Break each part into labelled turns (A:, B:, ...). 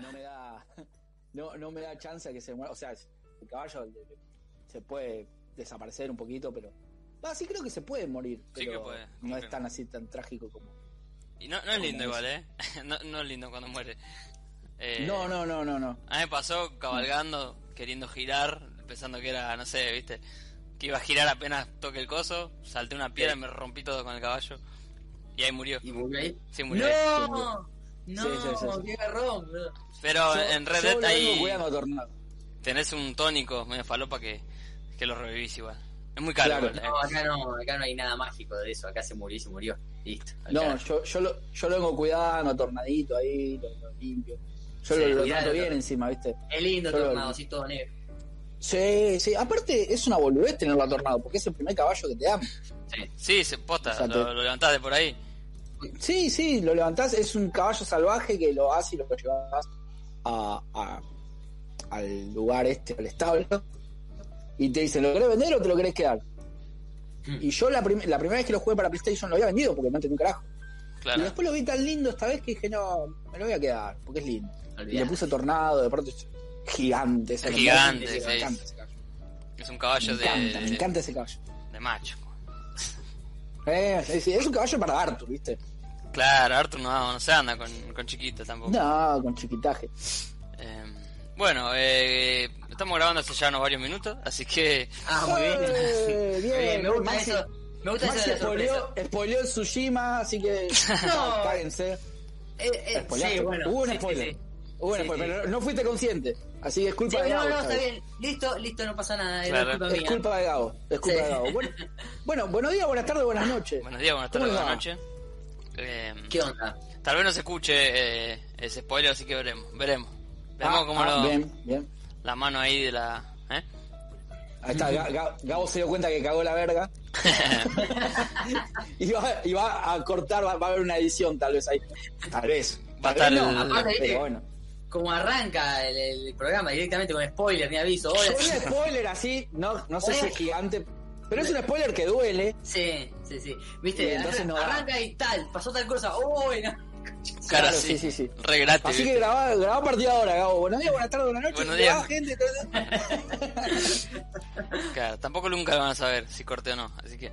A: no me da no, no me da chance a que se muera. O sea, el caballo el- el- se puede desaparecer un poquito, pero. Ah, sí creo que se puede morir,
B: Sí
A: pero
B: que puede,
A: no
B: ¿cómo que
A: es
B: no?
A: tan así tan trágico como.
B: Y no, no es lindo
A: Como
B: igual, ¿eh? No, no es lindo cuando muere. Eh,
A: No, Mm. no, no, no, no.
B: A mí me pasó cabalgando, queriendo girar, pensando que era, no sé, viste, que iba a girar apenas toque el coso, salté una piedra y me rompí todo con el caballo. Y ahí murió.
C: Y murió ahí.
B: Sí, murió.
C: ¡No!
A: Sí,
C: ¡No!
A: sí, sí, sí.
C: ¡Qué garrón! boludo!
B: Pero
A: Yo-
B: en Red
A: yo
B: Dead
A: lo vengo
B: ahí
A: cuidando a Tornado.
B: tenés un tónico medio falopa que, que lo revivís igual. Es muy caro.
A: Claro.
B: igual, ¿eh?
C: No, acá no, acá no hay nada mágico de eso. Acá se murió y se murió. Listo. al
A: No,
C: carajo.
A: yo, yo, lo, yo lo vengo cuidando, a tornadito ahí, lo, lo limpio. Yo
C: Sí,
A: lo, lo
C: cuidado,
A: trato bien
C: Tornado.
A: encima, ¿viste?
C: Es lindo
A: Yo lo-
C: tornado, sí, todo negro.
A: Sí, sí. Aparte, es una boludez tenerlo a tornado, porque es el primer caballo que te dan.
C: Sí.
B: Sí, se posta,
A: O sea,
B: lo,
A: te-
B: lo levantás de por ahí.
A: Sí, sí, lo levantás, es un caballo salvaje que lo vas y lo llevas a, a- al lugar este, al establo, y te dicen, ¿lo querés vender o te lo querés quedar?
C: Hmm.
A: Y yo la, prim- la primera vez que lo jugué para PlayStation lo había vendido porque no tenía un carajo. Y
B: Claro.
A: después lo vi tan lindo esta vez que dije, no, me lo voy a quedar, porque es lindo. Y le
C: Olvidá.
A: puse tornado, de pronto es gigante ese
B: Es
A: caballo,
B: gigante,
A: me
B: sí.
A: encanta ese caballo.
B: Es un
A: Me
B: caballo de,
A: encanta, me
B: de,
A: encanta ese caballo.
B: de macho.
A: Eh, sí, sí, es un caballo para Arthur, ¿viste?
B: Claro, Arthur no, no se anda con, con chiquita tampoco.
A: No, con chiquitaje.
B: Eh, bueno, eh, estamos grabando hace ya unos varios minutos, así que
C: Ah, muy bien.
A: Eh, bien,
C: Muy bien, Me gusta
A: Maxi.
C: eso. Me gusta eso
A: Maxi
C: de la sorpresa.
A: spoileó, spoileó el Tsushima, así que.
C: No.
A: Cáguense.
C: Eh, eh,
A: Spoileaste. Hubo un
C: sí, sí,
A: spoiler.
C: sí.
A: Hubo un
C: Sí,
A: spoiler,
C: sí.
A: pero no fuiste consciente. Así que es
C: Sí,
A: culpa de
C: no,
A: Gabo.
C: no,
A: esta
C: está
A: vez.
C: bien. Listo, listo, no pasa nada. Es
B: Claro.
C: culpa
A: Es
C: mía.
A: culpa de Gabo. Es culpa
C: Sí.
A: de Gabo. Bueno, bueno, buenos días, buenas tardes, buenas noches.
B: buenos días, buenas tardes,
A: ¿Cómo
B: buenas
A: va?
B: noches. Eh,
C: ¿Qué onda?
B: tal vez no se escuche eh, ese spoiler, así que veremos, veremos. Veremos
A: Ah,
B: cómo
A: ah,
B: lo-
A: Bien, bien.
B: la mano ahí de la... ¿eh?
A: Ahí está, Ga- Ga- Gabo se dio cuenta que cagó la verga. y, va, y va a cortar, va, va a haber una edición tal vez ahí. Tal vez.
B: Va a
A: Tal vez
B: estar
A: no,
B: el-
C: Aparte, Ah, ¿viste?
A: Pero bueno.
C: Como arranca el, el programa directamente con spoiler, ni aviso.
A: Yo
C: Hola.
A: un spoiler así, no, no sé si es gigante, pero es un spoiler que duele.
C: Sí, sí, sí.
A: Y
C: Viste,
A: entonces
C: arran-
A: no da.
C: arranca y tal, pasó tal cosa. Uy, no.
B: Cara,
A: Claro,
B: sí,
A: sí, sí, sí.
B: Re gratis.
A: Así que
B: ¿viste?
A: grabá, grabá partido ahora, Gabo. Buenos días, buenas tardes, buenas noches.
B: Buenos días.
A: Grabá, gente. todo-
B: Claro, tampoco nunca van a saber si corté o no. Así que...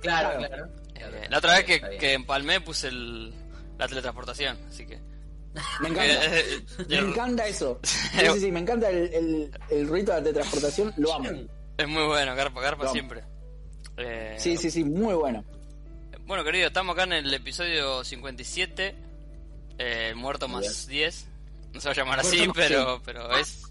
C: Claro,
A: Claro.
C: claro.
B: eh, la otra vez
C: Está
B: que,
C: bien.
B: que empalmé puse el, la teletransportación, así que...
A: Me encanta. Me
B: Eh,
A: encanta eso. Sí, sí, sí, me encanta el, el, el rito de transportación. Lo amo.
B: Es muy bueno, Garpa, Garpa
A: Vamos.
B: siempre. Eh,
A: Sí, sí, sí, muy bueno.
B: Bueno, querido, estamos acá en el episodio 57, eh, muerto
C: Muy
B: más 10. No se va a llamar
A: Muerto
B: así,
A: más
B: pero, pero es.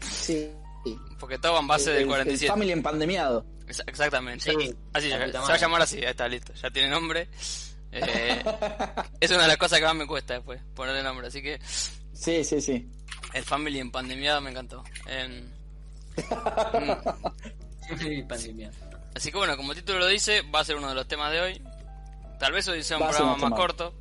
A: Sí. sí.
B: Porque todo va en base
A: Eh, El- el-
B: del
A: El
B: 47.
A: family empandemiado.
B: Exa- Exactamente.
C: Sí,
B: así
C: la
B: se,
C: puta
B: se va a
C: madre.
B: llamar así, ahí está listo, ya tiene nombre. Eh, es una de las cosas que más me cuesta después, ponerle nombre. Así que
A: Sí, sí, sí.
B: el family en pandemia me encantó. Em,
C: Sí, pandemia.
B: Así que bueno, como el título lo dice, va a ser uno de los temas de hoy. Tal vez hoy sea un
A: Va a ser
B: programa
A: un
B: más
A: tema.
B: corto,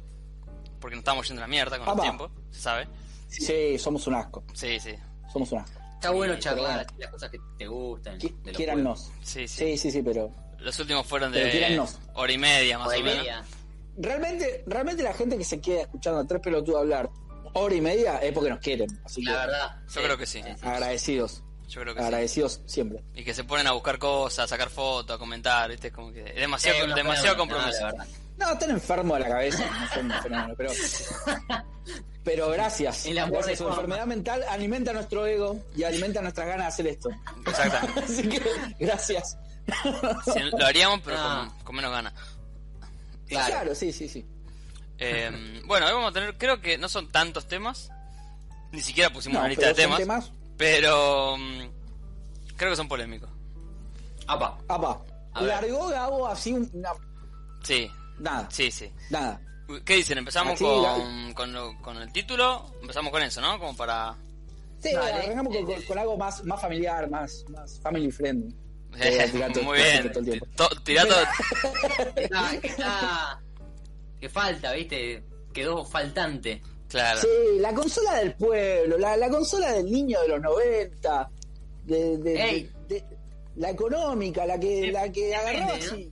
B: porque nos estamos yendo a la mierda con
A: Apa.
B: el tiempo, se sabe.
A: Sí, somos un asco.
B: Sí, sí,
A: Somos un asco.
C: Está bueno
B: Sí,
C: charlar
A: perdón.
C: las cosas que te gustan.
A: Qui-
C: de los
A: Quiérannos.
B: sí, sí.
A: Sí, sí, sí, pero
B: Los últimos fueron
A: Pero
B: de
A: tírannos.
B: hora y media más
C: juegos. Hora
B: o
C: y
B: menos.
C: media.
A: Realmente, realmente la gente que se queda escuchando a tres pelotudos hablar hora y media es porque nos quieren. Así que
C: La verdad.
B: Yo creo que sí.
A: agradecidos.
B: Yo creo que sí.
A: Agradecidos siempre.
B: Y que se ponen a buscar cosas, a sacar fotos, a comentar, ¿viste? Es como que es demasiado,
C: Sí, unos
B: demasiado
C: fenómenos,
B: compromiso.
C: la verdad.
A: No, están enfermos de la cabeza, no son un fenómeno, pero. Pero gracias.
C: El amor
A: gracias.
C: de
A: Su
C: Juanma.
A: enfermedad mental alimenta nuestro ego y alimenta nuestras ganas de hacer esto.
B: Exactamente.
A: Así que, gracias.
B: Sí, lo haríamos, pero
C: Ah.
B: con, con menos ganas.
A: Claro,
C: Claro.
A: sí, sí, sí.
B: Eh, bueno, hoy vamos a tener, creo que no son tantos temas. Ni siquiera pusimos
A: No,
B: una lista de
A: pero son
B: temas, Pero mm, creo que son polémicos.
C: Apa.
A: Apa,
C: A ver.
A: largó Gabo así un- una-
B: Sí,
A: Nada,
B: sí, sí.
A: nada.
B: ¿Qué dicen? ¿Empezamos
A: Así,
B: con, con, lo- con el título? Empezamos con eso, ¿no? Como para...
A: Sí,
C: Dale.
A: arrancamos con, con- con algo más, más familiar, más, más family friendly. Eh, tirá todo-
B: Muy
A: todo-
B: bien.
A: todo el tiempo.
B: To- tirá todo-
C: Que está- que está- que falta, viste. Quedó faltante.
B: Claro.
A: Sí, la consola del pueblo, la, la consola del niño de los 90, de, de-
C: Ey.
A: de- de- la económica, la que, la que agarraba
C: depende,
A: así.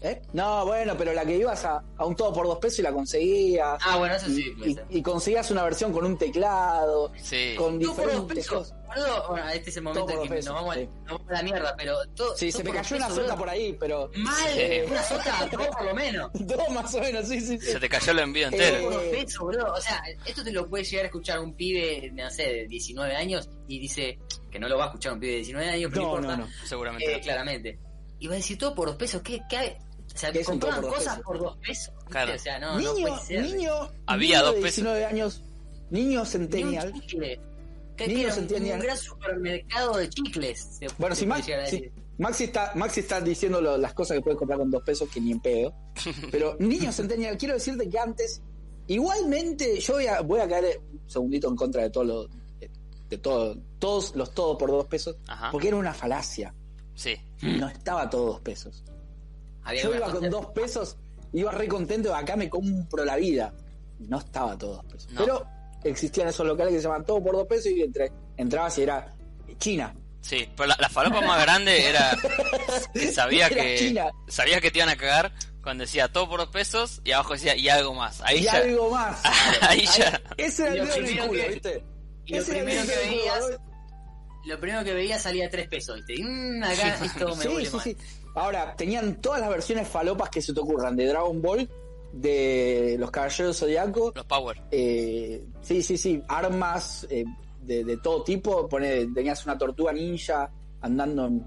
A: ¿Eh? No, bueno, pero la que ibas a, a un todo por dos pesos y la conseguías.
C: Ah, bueno, eso sí. puede
A: y,
C: ser.
A: y conseguías una versión con un teclado,
B: Sí.
A: con
C: Todo por dos
A: diferentes
C: pesos.
A: cosas.
C: boludo. Bueno, este es el
A: Todo
C: momento
A: por
C: en
A: dos
C: que
A: pesos,
C: nos, vamos a,
A: sí.
C: nos vamos a la mierda, pero todo.
A: Sí,
C: todo
A: se me
C: por
A: cayó
C: dos
A: una
C: pesos,
A: sota
C: boludo.
A: por ahí, pero
C: Mal,
B: Sí.
C: una sota, todo por lo menos.
A: todo más o menos, sí, sí. sí.
B: Se te cayó el envío
C: Todo
B: entero.
C: por dos
A: Eh.
C: pesos, boludo. O sea, esto te lo puede llegar a escuchar un pibe, no sé, de 19 años y dice que no lo va a escuchar un pibe de 19 años, pero no,
A: No,
C: importa.
A: no, no.
B: Seguramente.
C: Eh, claramente. Y va a decir todo por dos pesos. ¿Qué, qué hay? O sea,
A: ¿Qué es un todo
C: compraban
A: por dos
C: cosas
A: pesos?
C: por dos pesos. ¿viste?
B: Claro.
C: O sea, no, no
A: niño,
C: puede ser.
A: niño,
B: Había
A: niño
B: dos
A: de
B: pesos.
A: 19 años, niño
C: Ni un
A: centennial.
C: chicle. Que
A: Niños
C: que era un,
A: entendían.
C: un gran supermercado de chicles. se
A: Bueno,
C: puede
A: si Max,
C: llegar a
A: si-
C: decir.
A: Maxi, está, Maxi está diciendo lo- las cosas que puedes comprar con dos pesos, que ni en pedo. Pero niños centennial, quiero decirte que antes, igualmente, yo voy a, voy a caer un segundito en contra de todos los, de todo, todos los todos por dos pesos,
B: Ajá.
A: porque era una falacia.
B: Sí.
C: Mm.
A: No estaba todo dos pesos.
C: Había
A: Yo
C: una
A: iba con
C: cosa-
A: dos pesos, iba re contento, acá me compro la vida. No estaba todo dos pesos.
B: No.
A: Pero existían esos locales que se llamaban todo por dos pesos y entre, entrabas y era China.
B: Sí, pero la, la falopa más grande era que sabía
A: Era
B: que
A: China.
B: sabía que te iban a cagar cuando decía todo por dos pesos y abajo decía y algo más. Ahí
A: Y
B: ya.
A: algo más.
B: Ahí ya.
A: Ese era
C: Y lo
A: el dedo en el
C: primero
A: culo,
C: que-
A: ¿viste?
C: y lo
A: Ese era el
C: primero
A: dedo
C: que
A: en el culo,
C: veías- Lo primero que veía salía a tres pesos, ¿viste? Y, mm, acá esto me
A: Sí,
C: huele
A: sí,
C: mal.
A: sí. Ahora, tenían todas las versiones falopas que se te ocurran de Dragon Ball, de los Caballeros Zodiaco,
B: Los power.
A: eh, sí, sí, sí, armas eh, de, de todo tipo. Pone, tenías una tortuga ninja andando en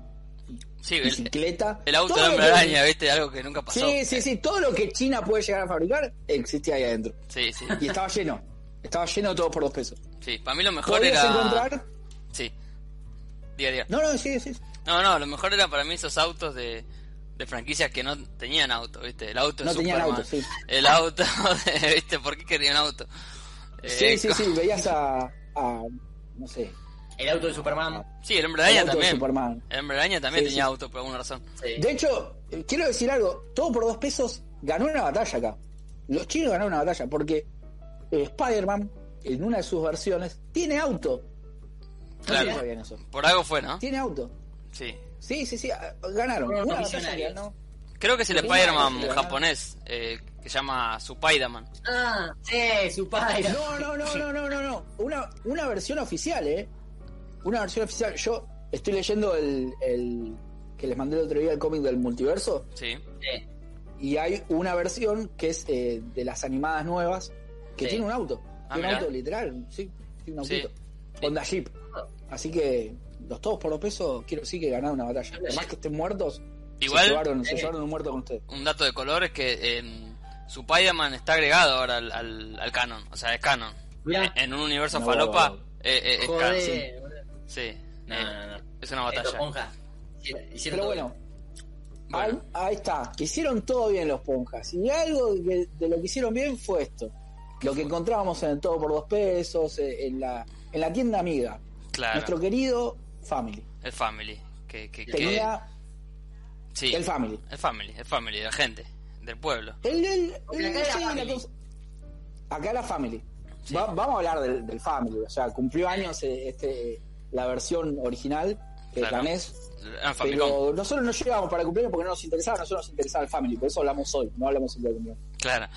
B: Sí, el,
A: bicicleta.
B: el auto
A: Todo
B: de
A: lo
B: hombre
A: que-
B: araña, viste, algo que nunca pasó. Eh,
A: Sí, sí, sí, todo lo que China puede llegar a fabricar existía ahí adentro.
B: Sí, sí.
A: Y estaba lleno. Estaba lleno todo por dos pesos.
B: Sí, para mí lo mejor
A: Podías
B: era
A: encontrar.
B: Sí. Día a día.
A: No, no, sí, sí.
B: No, no, lo mejor era para mí esos autos de, de franquicias que no tenían auto, ¿viste? El auto de
A: No tenían
B: Superman.
A: auto, sí.
B: El auto, de- ¿viste? ¿Por qué querían auto?
A: Sí,
B: Eh,
A: sí,
B: co-
A: sí, veías a, a, no sé,
C: El auto de Superman.
B: sí, el hombre
A: al
B: araña
A: auto de
B: también.
A: Superman.
B: El hombre araña también
A: Sí,
B: tenía
A: sí.
B: auto por alguna razón.
C: sí.
A: De hecho, eh, quiero decir algo, todo por dos pesos ganó una batalla acá. Los chinos ganaron una batalla porque eh, Spider-Man, en una de sus versiones, tiene auto. No
B: Claro.
A: sé si sabían eso.
B: Por algo fue, ¿no?
A: Tiene auto.
B: Sí.
A: Sí, sí, sí, ah, ganaron.
C: Fueron
A: Una
C: los
A: batalla que
C: visionarios.
A: ganó.
B: Creo que es el
A: Tenía
B: Spider-Man
A: auto, ¿no?
B: japonés eh, que se llama Supaidaman.
C: Ah, sí, su padre.
A: No, no, no, no, no, no, no. Una, una versión oficial, ¿eh? Una versión oficial. Yo estoy leyendo el, el que les mandé el otro día el cómic del multiverso.
B: Sí.
C: Sí.
A: y hay una versión que es eh, de las animadas nuevas que
C: Sí.
A: tiene un auto.
B: Ah,
A: tiene un
B: mirá.
A: auto literal, sí, tiene un
B: Sí.
A: autito. Honda Jeep. Así que los todos por los pesos quiero decir que ganaron una batalla.
C: Honda
A: Más que estén muertos, se,
B: Igual,
A: llevaron, se
C: eh.
A: llevaron un muerto con ustedes.
B: un dato de color es que eh, Supaidaman está agregado ahora al, al, al canon. O sea, es canon.
C: Mirá.
B: En un universo
A: No.
B: falopa eh, eh, es canon. Sí.
C: Joder. boludo. No,
B: Eh,
A: Ah.
C: no, no.
B: Es una
C: Estos
B: batalla.
C: ponjas. Hicieron- hicieron
A: Pero
C: todo
A: bueno,
B: Bueno.
A: al- ahí está. Hicieron todo bien los ponjas. Y algo que- de lo que hicieron bien fue esto. Lo que encontrábamos en el todo por dos pesos, eh, en la, en la tienda amiga.
B: Claro,
A: Nuestro querido Family.
B: el family. Que, que, que-
A: Tenía
B: sí,
A: el Family.
B: el family, el family, de la gente, del pueblo.
A: El, el,
C: Porque
A: el-
C: acá era
A: sí, la
C: family.
A: cosa- acá la family. Va- vamos a hablar del, del family. O sea, cumplió años eh, este, la versión original de
B: Claro.
A: la NES.
B: El Ah, Famicom,
A: Pero nosotros no llegamos para cumplir porque no nos interesaba, a nosotros nos interesaba el family. Por eso hablamos hoy, no hablamos el día de cumpleaños.
B: claro.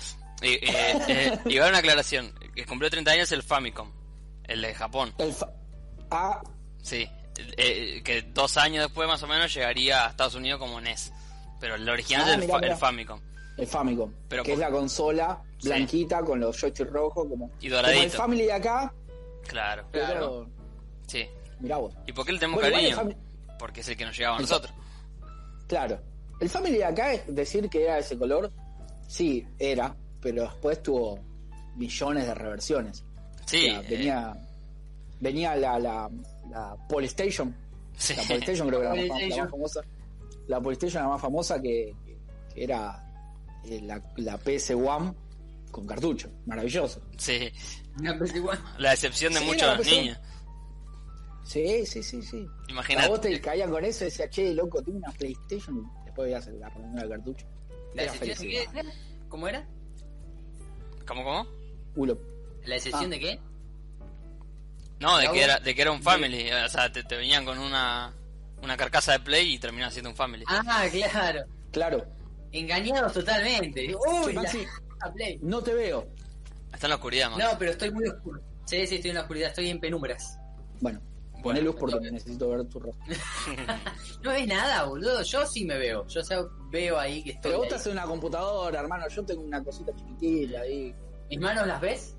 B: Y, eh, eh, y va una aclaración: que cumplió 30 años el Famicom, el de Japón.
A: El fa- ah,
B: Sí, eh, que dos años después más o menos llegaría a Estados Unidos como NES. E Pero el original
A: Ah,
B: es el,
A: mirá,
B: fa-
A: mirá.
B: el Famicom.
A: el Famicom,
B: Pero
A: que es
B: por-
A: la consola
B: Sí.
A: blanquita con los yochos rojos, como,
B: Y
A: como el
B: doradito.
A: family de acá.
B: Claro.
C: Claro.
A: Pero,
B: Sí.
A: mirá vos.
B: ¿Y por qué le tenemos
A: Bueno, igual el
B: cariño? Porque es el que nos llegaba a nosotros.
A: Claro. El family de acá es decir que era ese color. Sí, era, pero después tuvo millones de reversiones.
B: Sí.
A: O sea,
B: eh,
A: venía venía la, la, la Polystation.
B: sí.
A: La Polystation creo que era la, más- la
C: Polystation.
A: más famosa. La Polystation era la más famosa que, que era eh, la, la PS1 con cartucho. Maravilloso.
B: Sí.
C: Una cosa igual.
B: La decepción de
A: Sí,
B: muchos
A: la cuestión-
B: niños.
A: Sí, sí, sí, sí. A vos te
B: Imagínate.
A: caían con eso y decías, che, loco, tengo una PlayStation. Después veías la reunión del cartucho.
C: La
A: Era
C: decepción de
A: felicidad.
C: qué? ¿Cómo era?
B: ¿Cómo, cómo?
A: Uh, lo-
C: ¿La decepción
A: Ah.
C: de qué?
B: No, de
C: La
B: que,
C: voz-
B: era, de que era un family. O sea, te, te venían con una, una carcasa de play y terminaba siendo un family.
C: Ah, claro.
A: Claro.
C: Engañados totalmente.
A: Che,
C: Uy, la,
A: Maxi,
C: la Play.
A: no te veo.
B: Está en la oscuridad, man.
C: No, pero estoy muy oscuro. Sí, sí, estoy en la oscuridad, estoy en penumbras.
A: Bueno,
B: Bueno,
A: poné luz porque
C: entonces-
A: necesito ver tu rostro.
C: No ves nada, boludo. Yo sí me veo. Yo o sea, veo ahí que estoy.
A: Pero vos
C: ahí.
A: estás en una computadora, hermano. Yo tengo una cosita chiquitita ahí.
C: ¿Mis manos las ves?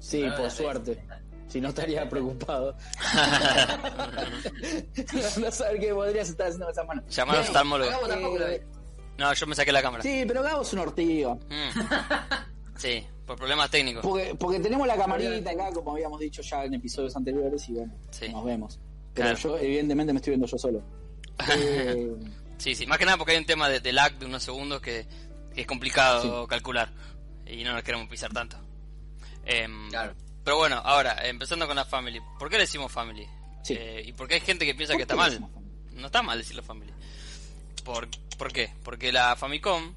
A: Sí,
C: No,
A: por
C: las ves.
A: suerte. Si no estaría preocupado. no saber qué podrías estar haciendo con esa mano.
B: Llamar al
C: No,
B: oftalmólogo.
C: Gabo tampoco la
A: Eh,
C: ve.
B: No, yo me saqué la cámara.
A: Sí, pero Gabo es un ortigo.
B: Mm. Sí, por problemas técnicos.
A: Porque, porque tenemos la camarita acá, como habíamos dicho ya en episodios anteriores, y bueno,
B: Sí.
A: nos vemos. Pero
B: Claro.
A: yo, evidentemente, me estoy viendo yo solo. Eh,
B: Sí, sí, más que nada porque hay un tema de, de lag de unos segundos que, que es complicado calcular y no nos queremos pisar tanto. Em,
C: Claro.
B: Pero bueno, ahora, empezando con la family, ¿por qué le decimos family?
A: Sí.
B: Eh, ¿Y por qué hay gente que piensa
A: ¿Por
B: que está
A: qué
B: mal?
A: decimos family?
B: No está mal decirlo family. ¿Por, por qué? Porque la Famicom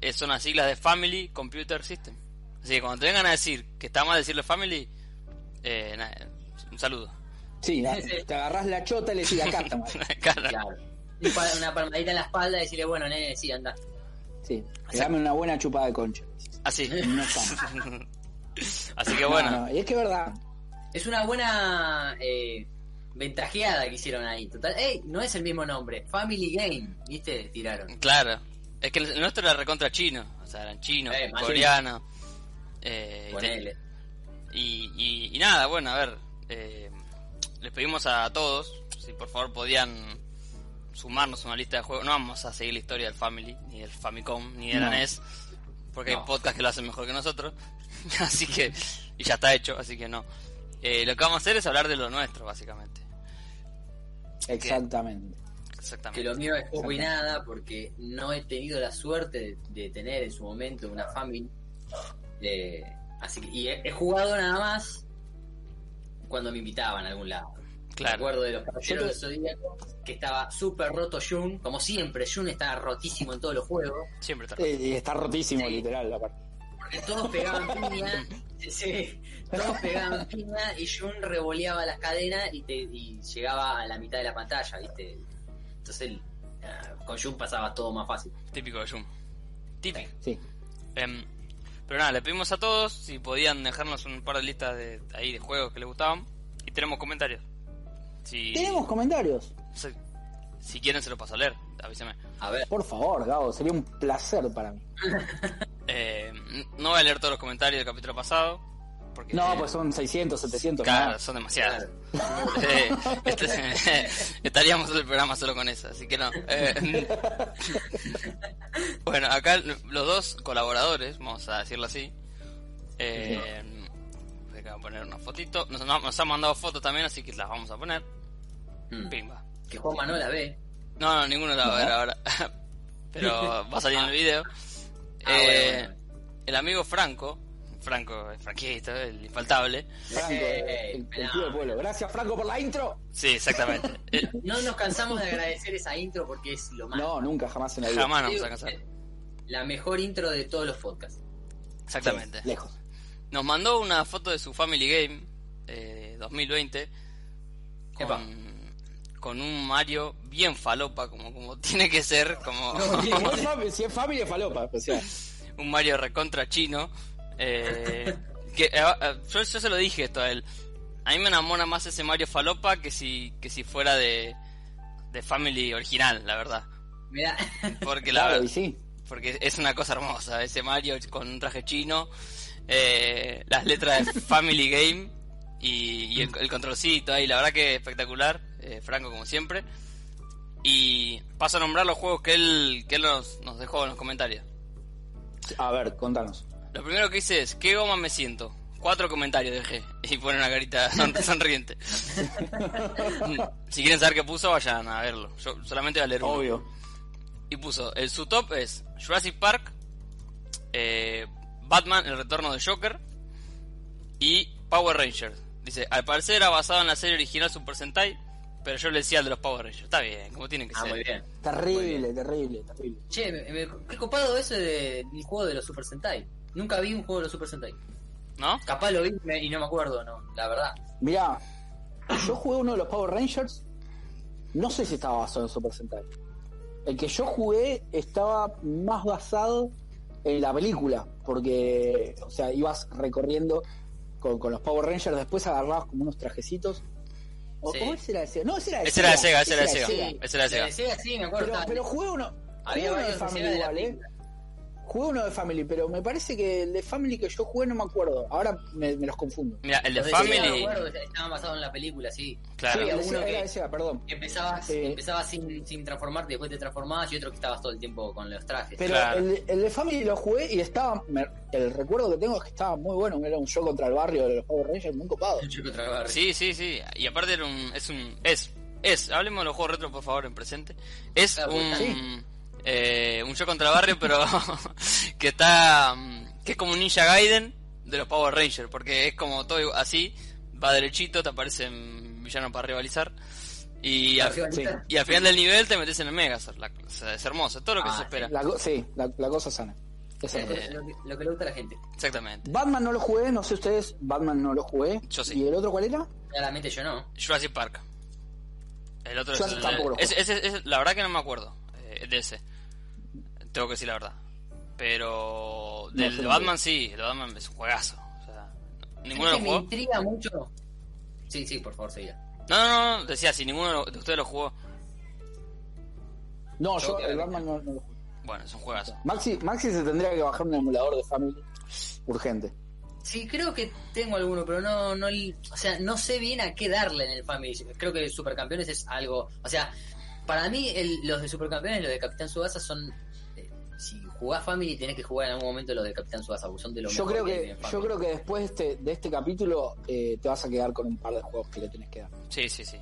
B: eh, son las siglas de Family Computer System. Así que cuando te vengan a decir que está mal decirlo family, eh, nada, un saludo.
A: sí,
C: Sí, sí.
A: te agarrás la chota y le decís, acá está mal.
B: Cara.
C: Claro. Un pa- Una palmadita en la espalda y decirle, bueno, nene, sí, anda.
A: Sí, dame una buena chupada de concha.
B: Así.
A: No está mal.
B: Así que
A: No,
B: bueno.
A: no, Y es que es verdad.
C: Es una buena eh, ventajeada que hicieron ahí. Total, ¡ey! No es el mismo nombre. Family Game, ¿viste? Tiraron.
B: Claro. Es que el nuestro era recontra chino. O sea, eran chinos,
C: Eh, más
B: coreanos. eh,
C: Ponele.
B: y, y- y nada, bueno, a ver. eh, les pedimos a todos si por favor podían sumarnos a una lista de juegos. No vamos a seguir la historia del Family, ni del Famicom, ni de la
A: No.
B: NES. Porque hay
C: No.
B: podcasts que lo hacen mejor que nosotros. así que. Y ya está hecho, así que no. Eh, lo que vamos a hacer es hablar de lo nuestro, básicamente.
A: Exactamente.
C: Que
B: Exactamente.
C: lo mío es poco y nada porque no he tenido la suerte de, de tener en su momento una Family. Eh, así que, y he, he jugado nada más cuando me invitaban a algún lado. Me
B: Claro.
C: acuerdo de los caballeros del Zodíaco que estaba súper roto Jun. Como siempre, Jun estaba rotísimo en todos los juegos.
B: Siempre está.
A: Eh, y está rotísimo,
C: Sí.
A: literal, la parte.
C: Todos pegaban piña, sí, todos pegaban piña y Jun revoleaba las cadenas y, te, y llegaba a la mitad de la pantalla, ¿viste? Entonces ah, con Jun pasaba todo más fácil.
B: Típico de Zoom. Típico.
A: Sí.
B: Em, pero nada, le pedimos a todos si podían dejarnos un par de listas de ahí de juegos que les gustaban. Y tenemos comentarios. Si,
A: Tenemos comentarios.
B: se- si quieren se los paso a leer, avísame.
C: A ver,
A: Por favor, Gabo, sería un placer para mí.
B: Eh, no voy a leer todos los comentarios del capítulo pasado. Porque,
A: No, pues son 600, 700.
B: Claro,
A: nada.
B: son demasiadas. Eh, este- estaríamos todo el programa solo con eso, así que no. Eh, bueno, acá los dos colaboradores, vamos a decirlo así. eh, acá voy a poner una fotito. Nos, no- nos han mandado fotos también, así que las vamos a poner.
C: mm,
B: Pimba.
C: que Juanma no la ve.
B: No, no, ninguno la va a ver ahora. Pero va a salir en el video.
C: Ah,
B: Eh,
C: bueno,
B: El amigo Franco, Franco, el franquito, el infaltable.
A: Franco,
C: Eh,
A: el, el
C: no.
A: tío del pueblo. Gracias, Franco, por la intro.
B: Sí, exactamente. Eh,
C: No nos cansamos de agradecer esa intro porque es lo más.
A: No, nunca, jamás en la vida.
B: jamás nos vamos a cansar.
C: eh, La mejor intro de todos los podcasts.
B: Exactamente.
A: Lejos.
B: Nos mandó una foto de su Family Game eh, 2020
C: Epa.
B: con, con un Mario bien falopa, como, como tiene que ser, como
A: Como es fami- si es familia, es falopa. O sea,
B: un Mario recontra chino. eh, que, eh, eh, yo, yo se lo dije esto a él. A mí me enamora más ese Mario falopa que si, que si fuera de, de Family original, la verdad.
C: Mirá,
B: Porque la
A: claro,
B: verdad,
A: y sí.
B: porque es una cosa hermosa. Ese Mario con un traje chino, eh, las letras de Family Game y, y el, el, controlcito ahí, la verdad que espectacular, eh, Franco como siempre. Y paso a nombrar los juegos que él, que él nos, nos dejó en los comentarios.
A: A ver, contanos.
B: Lo primero que hice es, ¿qué goma me siento? Cuatro comentarios dejé y pone una carita son sonriente. Mm, si quieren saber qué puso, vayan a verlo. Yo solamente voy a leer uno.
A: Obvio.
B: Y puso, el su top es Jurassic Park, eh, Batman, el retorno de Joker y Power Rangers. Dice, al parecer era basado en la serie original Super Sentai, pero yo le decía al de los Power Rangers. Está bien, como tienen que
C: Ah,
B: ser.
C: muy bien.
A: Terrible, terrible, terrible.
C: Che, me, me- qué copado ese de- del juego de los Super Sentai. Nunca vi un juego de los Super Sentai.
B: ¿No?
C: Capaz lo vi me- y no me acuerdo, no, la verdad.
A: Mirá, yo jugué uno de los Power Rangers. No sé si estaba basado en Super Sentai. El que yo jugué estaba más basado en la película, porque, o sea, ibas recorriendo con, con los Power Rangers, después agarrabas como unos trajecitos. ¿O
C: Sí.
A: cómo ese era de Sega? No, ese era de
B: Ese era de Sega, ese
A: ese
B: era de
A: era de
B: Sega.
A: Sega.
B: Ese era de
C: Me
B: Sega.
C: decía, sí, me acuerdo.
A: Pero, pero jugué uno, jugué
C: Había
A: uno de
C: varios
A: Family
C: escenas de la
A: igual, ¿eh?
C: película.
A: Jugué uno de Family, pero me parece que el de Family que yo jugué no me acuerdo. Ahora me, me los confundo.
B: Mira, el de
C: Los de Sega
B: Family,
C: me acuerdo que estaban basados en la película, sí.
B: claro.
A: Sí, el de
C: Uno
A: Sega,
C: que-
A: era de Sega, perdón.
C: Que empezabas,
A: Eh.
C: empezabas sin, sin transformarte, después te transformabas y otro que estabas todo el tiempo con los trajes.
A: Pero
B: Claro.
A: el, el de Family lo jugué y estaba. me- el recuerdo que tengo es que estaba muy bueno. Era un show contra el barrio de los Power Rangers, muy copado.
C: Un chico tragar.
B: Sí, sí, sí. Y aparte era un, es un... Es, es, hablemos de los juegos retro por favor en presente. Es
C: Ah,
B: un...
A: sí.
B: eh, un yo contra barrio, pero que está... mm, Que es como un Ninja Gaiden de los Power Rangers, porque es como todo igu- así, va derechito, te aparecen villanos para rivalizar. Y al,
C: Sí.
B: y al final del nivel te metes en el Megazord. la- o sea, es hermoso, es todo lo que
C: Ah,
B: se espera.
A: La, go- sí, la, la cosa sana. Esa
C: Lo
B: Eh,
A: es la cosa.
C: que- lo que- lo que le gusta a la gente.
B: Exactamente.
A: Batman no lo jugué, no sé ustedes. Batman no lo jugué.
B: Yo sí.
A: ¿Y el otro cuál era?
C: Claramente yo no.
B: Jurassic Park. El otro es
A: Jurassic
B: el-
A: tampoco lo
B: ese- ese- ese- la verdad que no me acuerdo eh, de ese. Tengo que decir la verdad. Pero
A: No,
B: del
A: yo no
B: Batman sí, el de Batman es un juegazo. O sea, ninguno
C: Es
B: lo
C: que me
B: jugó.
C: intriga mucho. Sí, sí, por favor, seguía.
B: No, no, no, decía, si ninguno de ustedes lo jugó,
A: No,
C: Yo
A: yo, el
C: claramente.
A: Batman no, no lo jugué.
B: bueno, es un juegazo.
A: Maxi, Maxi se tendría que bajar un emulador de Family urgente.
C: Sí, creo que tengo alguno, pero no, no, o sea, no sé bien a qué darle en el Family. Creo que Supercampeones es algo, o sea, para mí el- los de Supercampeones, los de Capitán Subasa son, eh, si jugás Family tenés que jugar en algún momento los de Capitán Subasa, porque son de los
A: Yo creo, que, yo creo que después de este, de este capítulo eh, te vas a quedar con un par de juegos que le tenés que dar.
B: Sí, sí, sí.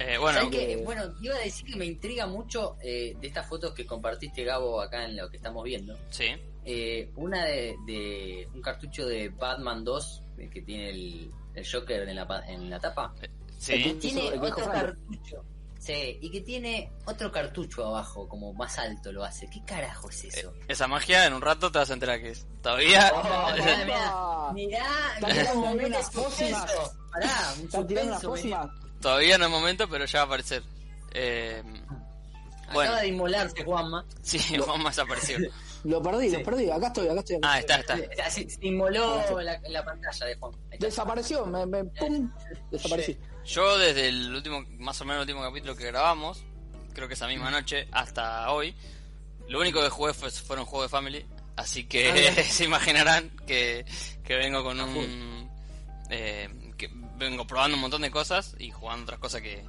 B: Eh, bueno,
C: ¿Sabés qué? Bueno, iba a decir que me intriga mucho eh, de estas fotos que compartiste Gabo acá en lo que estamos viendo.
B: sí.
C: Eh, una de, de un cartucho de Batman 2 eh, que tiene el, el Joker en la, pa- en la tapa.
A: Aquí.
B: Sí,
A: Eso,
C: tiene
A: el viejo
C: otro
A: Franco.
C: cartucho. Sí, y que tiene otro cartucho abajo, como más alto lo hace. ¿Qué carajo es eso?
A: Eh.
B: Eh, esa magia en un rato te vas a enterar que es. Todavía.
C: Oh, mirá,
A: Opa.
C: mirá, mirá,
A: Está
C: mirá,
A: tirando
C: un
A: ahí
C: momento
A: unas pócimas.
C: suspenso. Pará, un
A: ¿Están tirando las
C: suspenso. mirá.
A: próximas?
B: todavía no es momento, pero ya va a aparecer. Eh, Bueno.
C: Acaba de inmolarse, Juanma.
B: sí, Juan más apareció.
A: Lo perdí, lo perdí. Acá estoy, acá estoy. acá
B: Ah,
A: estoy.
B: está, está.
C: Se, se inmoló la, la pantalla de Juan. Ahí está.
A: Desapareció, me, me- pum, desaparecí.
B: Yo desde el último, más o menos el último capítulo que grabamos, creo que esa misma noche, hasta hoy, lo único que jugué fue, fueron juegos de Family, así que
C: Ah, mira.
B: se imaginarán que, que vengo con un... eh, que vengo probando un montón de cosas y jugando otras cosas que,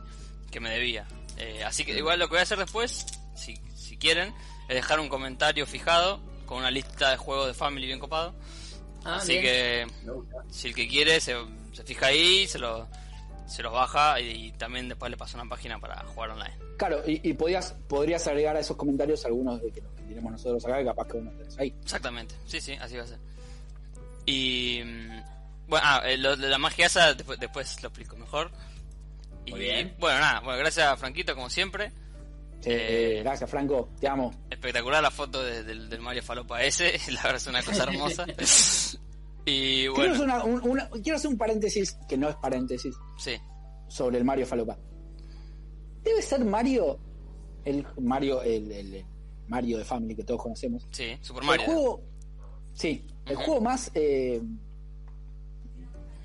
B: que me debía. Eh, así que igual lo que voy a hacer después, si, si quieren, es dejar un comentario fijado con una lista de juegos de Family bien copado.
C: Ah,
B: así
C: bien.
B: que
C: Me gusta.
B: si el que quiere se, se fija ahí, se, lo, se los baja y, y también después le pasa una página para jugar online.
A: Claro, y, y podías, podrías agregar a esos comentarios algunos de que los que tenemos nosotros acá, que capaz que uno tenés ahí.
B: Exactamente, sí, sí, así va a ser. Y. mm, Bueno, ah, eh, lo de la magia esa después, después lo explico mejor. Y
C: Muy bien.
B: bueno, nada, bueno, gracias Franquito, como siempre.
A: Eh,
B: Eh.
A: gracias, Franco, te amo.
B: Espectacular la foto de- del, del Mario Falopa ese, la verdad es una cosa hermosa. y
A: Quiero, hacer
B: bueno,
A: una- un, una- quiero hacer un paréntesis, que no es paréntesis,
B: sí,
A: sobre el Mario Falopa. Debe ser Mario, el Mario, el, el- el Mario de Family que todos conocemos.
B: sí, Super
A: El
B: Mario.
A: juego, sí, el
B: Ujú.
A: juego más, eh,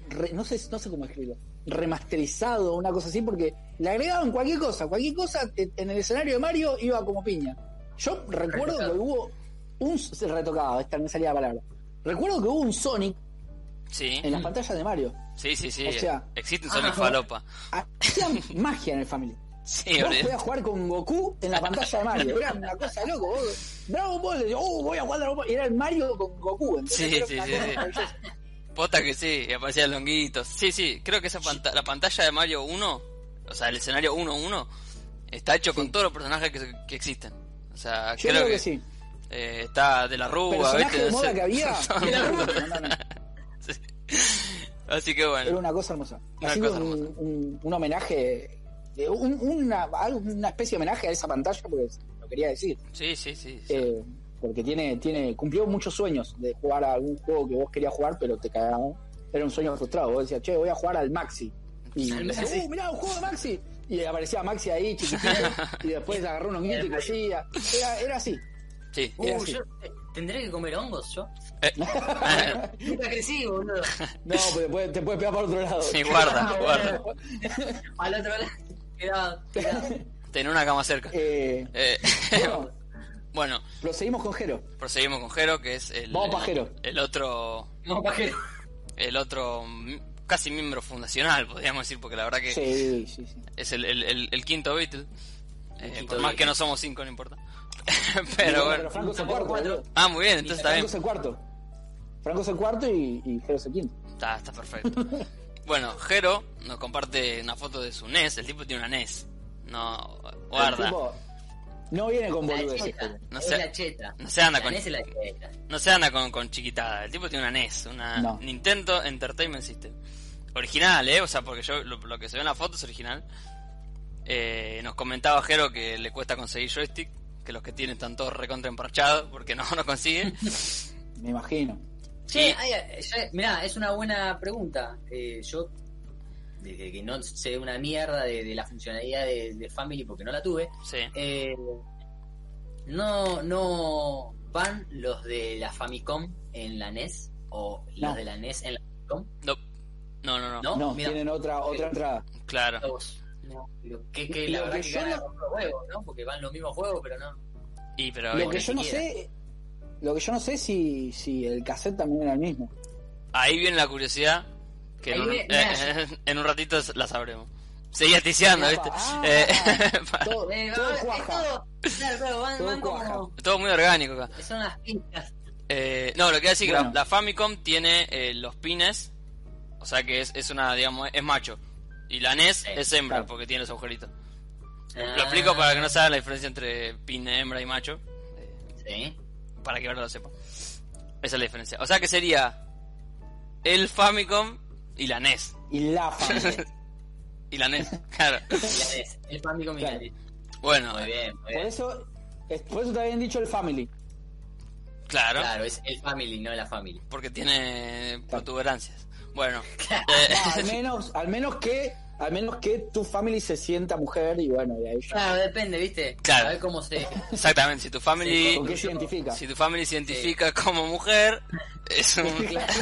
A: re- no, sé, no sé cómo escribirlo, remasterizado, una cosa así, porque le agregaban cualquier cosa, cualquier cosa en en el escenario de Mario iba como piña. Yo recuerdo que
C: Remasterizado.
A: hubo un se retocaba, esta no me salía la palabra. Recuerdo que hubo un Sonic
B: Sí,
A: en las pantallas de Mario.
B: sí, sí, sí.
A: O sea- ah,
B: Existe un Sonic Falopa.
A: Hacían magia en el Family.
B: Sí,
A: vos
B: olvidé.
A: podías jugar con Goku en la pantalla de Mario. Era una cosa de loco. Vos, Dragon Ball, decías, oh, voy a jugar Dragon Ball. Y era el Mario con Goku. Entonces
B: Sí,
A: era
B: sí,
A: una
B: sí,
A: cosa
B: sí.
A: maravillosa.
B: Posta que sí, y aparecían longuitos. Sí, sí, creo que esa panta- la pantalla de Mario 1, o sea, el escenario 1-1, está hecho con todos los personajes que, que existen. O sea,
A: Yo
B: creo, que,
A: sí.
B: eh, está de la rúa,
A: Personaje
B: ¿viste?
A: de
B: No
A: moda
B: sé.
A: que había.
B: Son-
A: Era, no, no, no.
B: Así que
A: Era
B: bueno,
A: una cosa hermosa.
B: Una
A: Así que
B: cosa
A: un, un- un homenaje, eh, un- una, algo- una especie de homenaje a esa pantalla, porque lo quería decir.
B: sí, sí, sí. sí.
A: Eh, porque tiene, tiene, cumplió muchos sueños de jugar a algún juego que vos querías jugar, pero te cagamos. Era un sueño frustrado. Vos decías, che, voy a jugar al Maxi. Y
C: Al
A: decías,
C: Maxi.
A: uh, mirá, un juego de Maxi. Y aparecía Maxi ahí, chiquitito, y después agarró unos nietos y cosía. Era, era así.
B: Sí.
C: Uh,
A: Era así.
C: yo tendré que comer hongos yo.
B: Eh.
C: Nunca crecí, boludo.
A: No, pero después te puedes pegar por otro lado.
B: Sí, guarda, guarda.
C: Al otro lado. Quedaba, quedaba.
B: Tener una cama cerca.
A: Eh,
B: Eh,
A: bueno,
B: bueno,
A: proseguimos con Jero.
B: proseguimos con Jero, que es el,
A: Vamos pa' Jero.
B: el otro
C: No, pajero.
B: el otro mm, casi miembro fundacional, podríamos decir, porque la verdad que
A: Sí, sí, sí.
B: es el, el- el- el quinto Beatle. Eh,
C: quinto
B: por más
C: Beatle.
B: que no somos cinco, no importa.
A: No,
B: pero
A: pero
B: bueno.
A: Franco es el
C: Tampoco
A: cuarto.
C: cuatro.
A: boludo.
B: Ah, muy bien, entonces está
A: Franco
B: bien.
A: es el cuarto. Franco es el cuarto y, y Jero es el quinto.
B: Está, está perfecto. Bueno, Jero nos comparte una foto de su NES. El tipo tiene una NES. No,
A: El
B: guarda.
A: tipo no viene con
C: La
A: boludeces.
C: cheta.
B: No
C: es
B: sé-
C: la cheta.
B: no se anda
C: La
B: con-
C: NES es la cheta.
B: No se anda con, con chiquitada. El tipo tiene una NES, una
A: No.
B: Nintendo Entertainment System. Original, ¿eh? O sea, porque yo lo, lo que se ve en la foto es original. Eh, nos comentaba Jero que le cuesta conseguir joystick. Que los que tienen están todos recontra emparchados porque no no consigue.
A: Me imagino.
C: Che, Eh, ay, ay, ya- mirá, es una buena pregunta. Eh, yo, desde que no sé una mierda de, de la funcionalidad de, de Family porque no la tuve,
B: Sí.
C: eh, no, no van los de la Famicom en la NES o los
A: No.
C: de la NES en la Famicom.
B: No, no, no. no.
C: No.
A: No,
C: mira.
A: tienen otra otra entrada.
B: Claro.
C: Los- no, lo que, que
A: Lo
C: la
A: que
C: verdad que
A: yo
C: gana
A: no-
C: con los juegos, ¿no? Porque van los mismos juegos, pero no.
B: Y pero...
A: Lo
B: bueno,
A: que yo no sé, lo que yo no sé si, si el cassette también era el mismo.
B: Ahí viene la curiosidad. Que en
C: Ahí
B: un,
C: viene- mirá,
B: eh, en un ratito la sabremos. Seguía ticiando, ¿viste?
A: Ah,
B: Eh,
A: Todo,
C: Eh,
A: todo
C: va- es
A: cuaja.
C: todo- claro, claro, van,
A: Todo
C: van como.
A: cuaja.
B: todo muy orgánico acá.
C: Son las pintas.
B: Eh, no, lo que decir que la-
A: Bueno.
B: la, Famicom tiene eh, los pines, o sea que es, es una, digamos, es macho. Y la NES
C: Sí,
B: es hembra
A: claro.
B: porque tiene los agujeritos. Lo
C: Ah,
B: explico para que no sepa la diferencia entre pin hembra y macho,
C: Sí.
B: para que ahora lo sepa. Esa es la diferencia. O sea que sería el Famicom y la NES.
A: Y la familia.
B: Y la NES, claro.
C: La NES, E el Famicom y la E
A: Claro.
C: NES.
B: Bueno,
C: Muy
B: eh,
C: bien, muy
A: Por
C: bien.
A: eso, es- por eso te habían dicho el family.
B: claro,
C: Claro, es el family, no la family.
B: porque tiene protuberancias. Bueno, eh,
A: Ah, al menos, al menos que, al menos que tu family se sienta mujer y bueno, y ahí ya.
C: Claro, depende, ¿viste?
B: Claro.
C: A ver cómo se.
B: exactamente, si tu family...
A: ¿Con qué se identifica?
B: Si tu familia se identifica como mujer, es un...
C: Claro.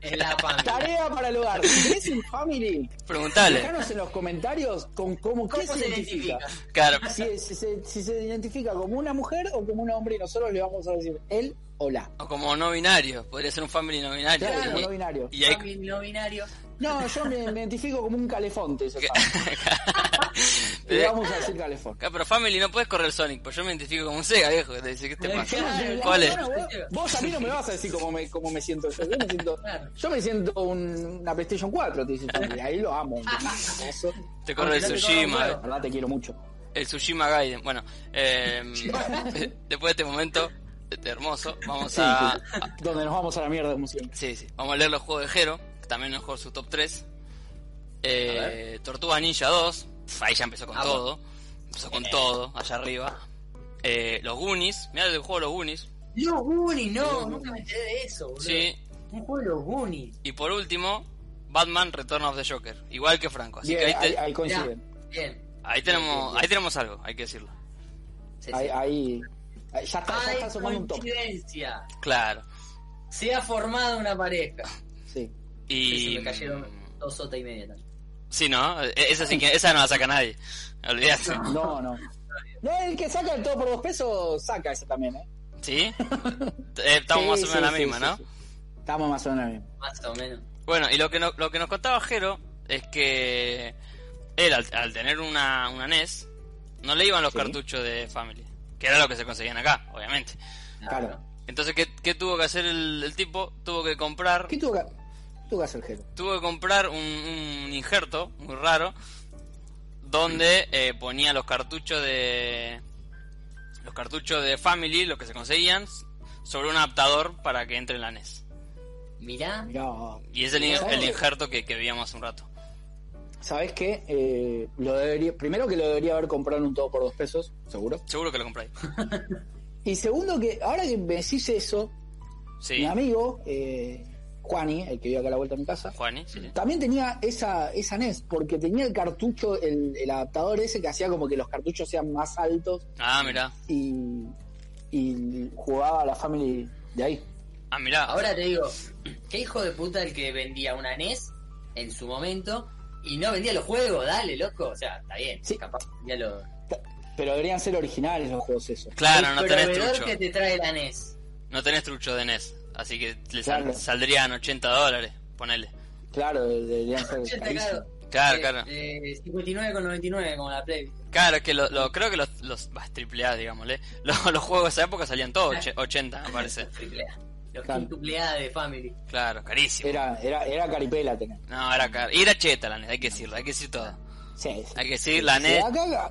C: Es la family.
A: Tarea para el hogar. Si tenés un family,
B: Preguntale.
A: dejanos en los comentarios con cómo, qué
C: ¿Cómo se identifica?
B: Claro.
A: si, si se, si se identifica como una mujer o como un hombre y nosotros le vamos a decir él o la.
B: O como no binario. Podría ser un family no binario.
A: Claro,
B: Y-
A: como no binario.
B: Y ahí,
C: Family no binario.
A: No, yo me, me identifico como un calefonte. Ese fan.
B: Eh.
A: le vamos a decir calefón.
B: Ah, pero family no puedes correr Sonic, pues yo me identifico como un Sega, viejo. Te dice, ¿qué te pasa?
C: Claro,
B: ¿Cuál es?
A: Bueno, vos, vos a mí no me vas a decir cómo me, cómo me siento yo. Yo me siento,
C: Claro.
A: yo me siento un- una PlayStation 4, te dice Family. Ahí lo amo. Eso,
B: Te corre el
C: Aunque no te
B: Tsushima,
C: corra un
A: la verdad te quiero mucho.
B: el Tsushima Gaiden. Bueno, eh, después de este momento este hermoso, vamos
A: Sí,
B: a...
A: sí. Donde nos vamos a la mierda como siempre.
B: Sí, sí. Vamos a leer los juegos de Hero, que también nos jugó su top 3. Eh, Tortuga Ninja 2, pf, ahí ya empezó con
C: Ah,
B: todo. Empezó con todo, allá arriba. Eh, los Goonies, mira el juego de los Goonies.
C: Los Goonies, no, nunca me enteré de eso, boludo.
B: Sí,
C: Un juego de los Goonies.
B: Y por último, Batman Return of the Joker, igual que Franco. Así
A: Bien,
B: que ahí,
A: ahí,
B: te-
A: ahí
C: Ya,
A: coinciden.
C: Bien.
B: ahí tenemos ahí tenemos algo, hay que decirlo.
C: Sí, sí.
A: Ahí, ahí, ahí- ya está, ya
C: Hay
A: está sumando un top.
C: coincidencia.
B: Claro.
C: Se ha formado una pareja.
A: Sí.
B: Y
C: Sí, se me cayeron dos sotas y media. también.
B: Sí, no, E- esa sí que esa no la saca nadie. Olvídate.
A: No, no. No, el que saca el todo por dos pesos, saca ese también, ¿eh?
B: ¿Sí? Eh, Estamos
A: Sí,
B: más o menos
A: sí,
B: en la
A: sí,
B: misma,
A: sí,
B: ¿no?
A: sí. Estamos más o menos en la misma.
C: Más o menos.
B: Bueno, y lo que, no- lo que nos contaba Jero es que él, al, al tener una, una NES, no le iban los
A: Sí.
B: cartuchos de Family, que era lo que se conseguían acá, obviamente.
A: Claro.
B: Entonces, ¿qué, qué tuvo que hacer el, el tipo? Tuvo que comprar
A: ¿Qué tuvo que, tuvo que hacer Jero?
B: tuvo que comprar un, un injerto muy raro donde
A: Mm.
B: eh, ponía los cartuchos de los cartuchos de Family, los que se conseguían, sobre un adaptador para que entre en la NES.
C: Mirá,
A: Mirá,
B: Y es el, in-
A: ¿sabés?
B: el injerto que, que veíamos hace un rato.
A: ¿Sabés qué? Eh, lo debería, primero que lo debería haber comprado en un todo por dos pesos, seguro.
B: Seguro que lo compráis.
A: Y segundo que, ahora que me decís eso,
B: Sí,
A: mi amigo, eh, Juani, el que vive acá a la vuelta de mi casa,
B: Juani, sí.
A: también tenía esa, esa NES, porque tenía el cartucho, el, el adaptador ese que hacía como que los cartuchos sean más altos
B: Ah, mirá.
A: y, y jugaba a la Family de ahí.
B: Ah, mirá.
C: ahora te digo, qué hijo de puta el que vendía una NES en su momento y no vendía los juegos, dale, loco. O sea, está bien,
A: Sí.
C: capaz vendía los.
A: Pero deberían ser originales los juegos esos.
B: claro,
C: El
B: no tenés
C: proveedor
B: trucho.
C: que te trae la E NES.
B: No tenés trucho de NES. Así que le sal-
A: Claro.
B: saldrían 80 dólares. Ponele.
A: Claro, deberían ser
C: Yo te
A: carísimos.
C: cago.
B: Claro,
C: Eh,
B: claro.
C: eh, 59,99 como la Play.
B: Claro, es que lo, lo- creo que los, los bah, triple A, digámosle, los, los juegos de esa época salían todos och- 80, me parece.
C: Los triple A. Los
A: Claro.
C: quintuple A de Family.
B: Claro, carísimo.
A: Era, era, era caripela tener.
B: No, era caro. Y era cheta la NES, hay que decirlo, hay que decir todo.
A: Sí, sí.
B: Hay que decir la E
A: Y
B: NES.
A: acá-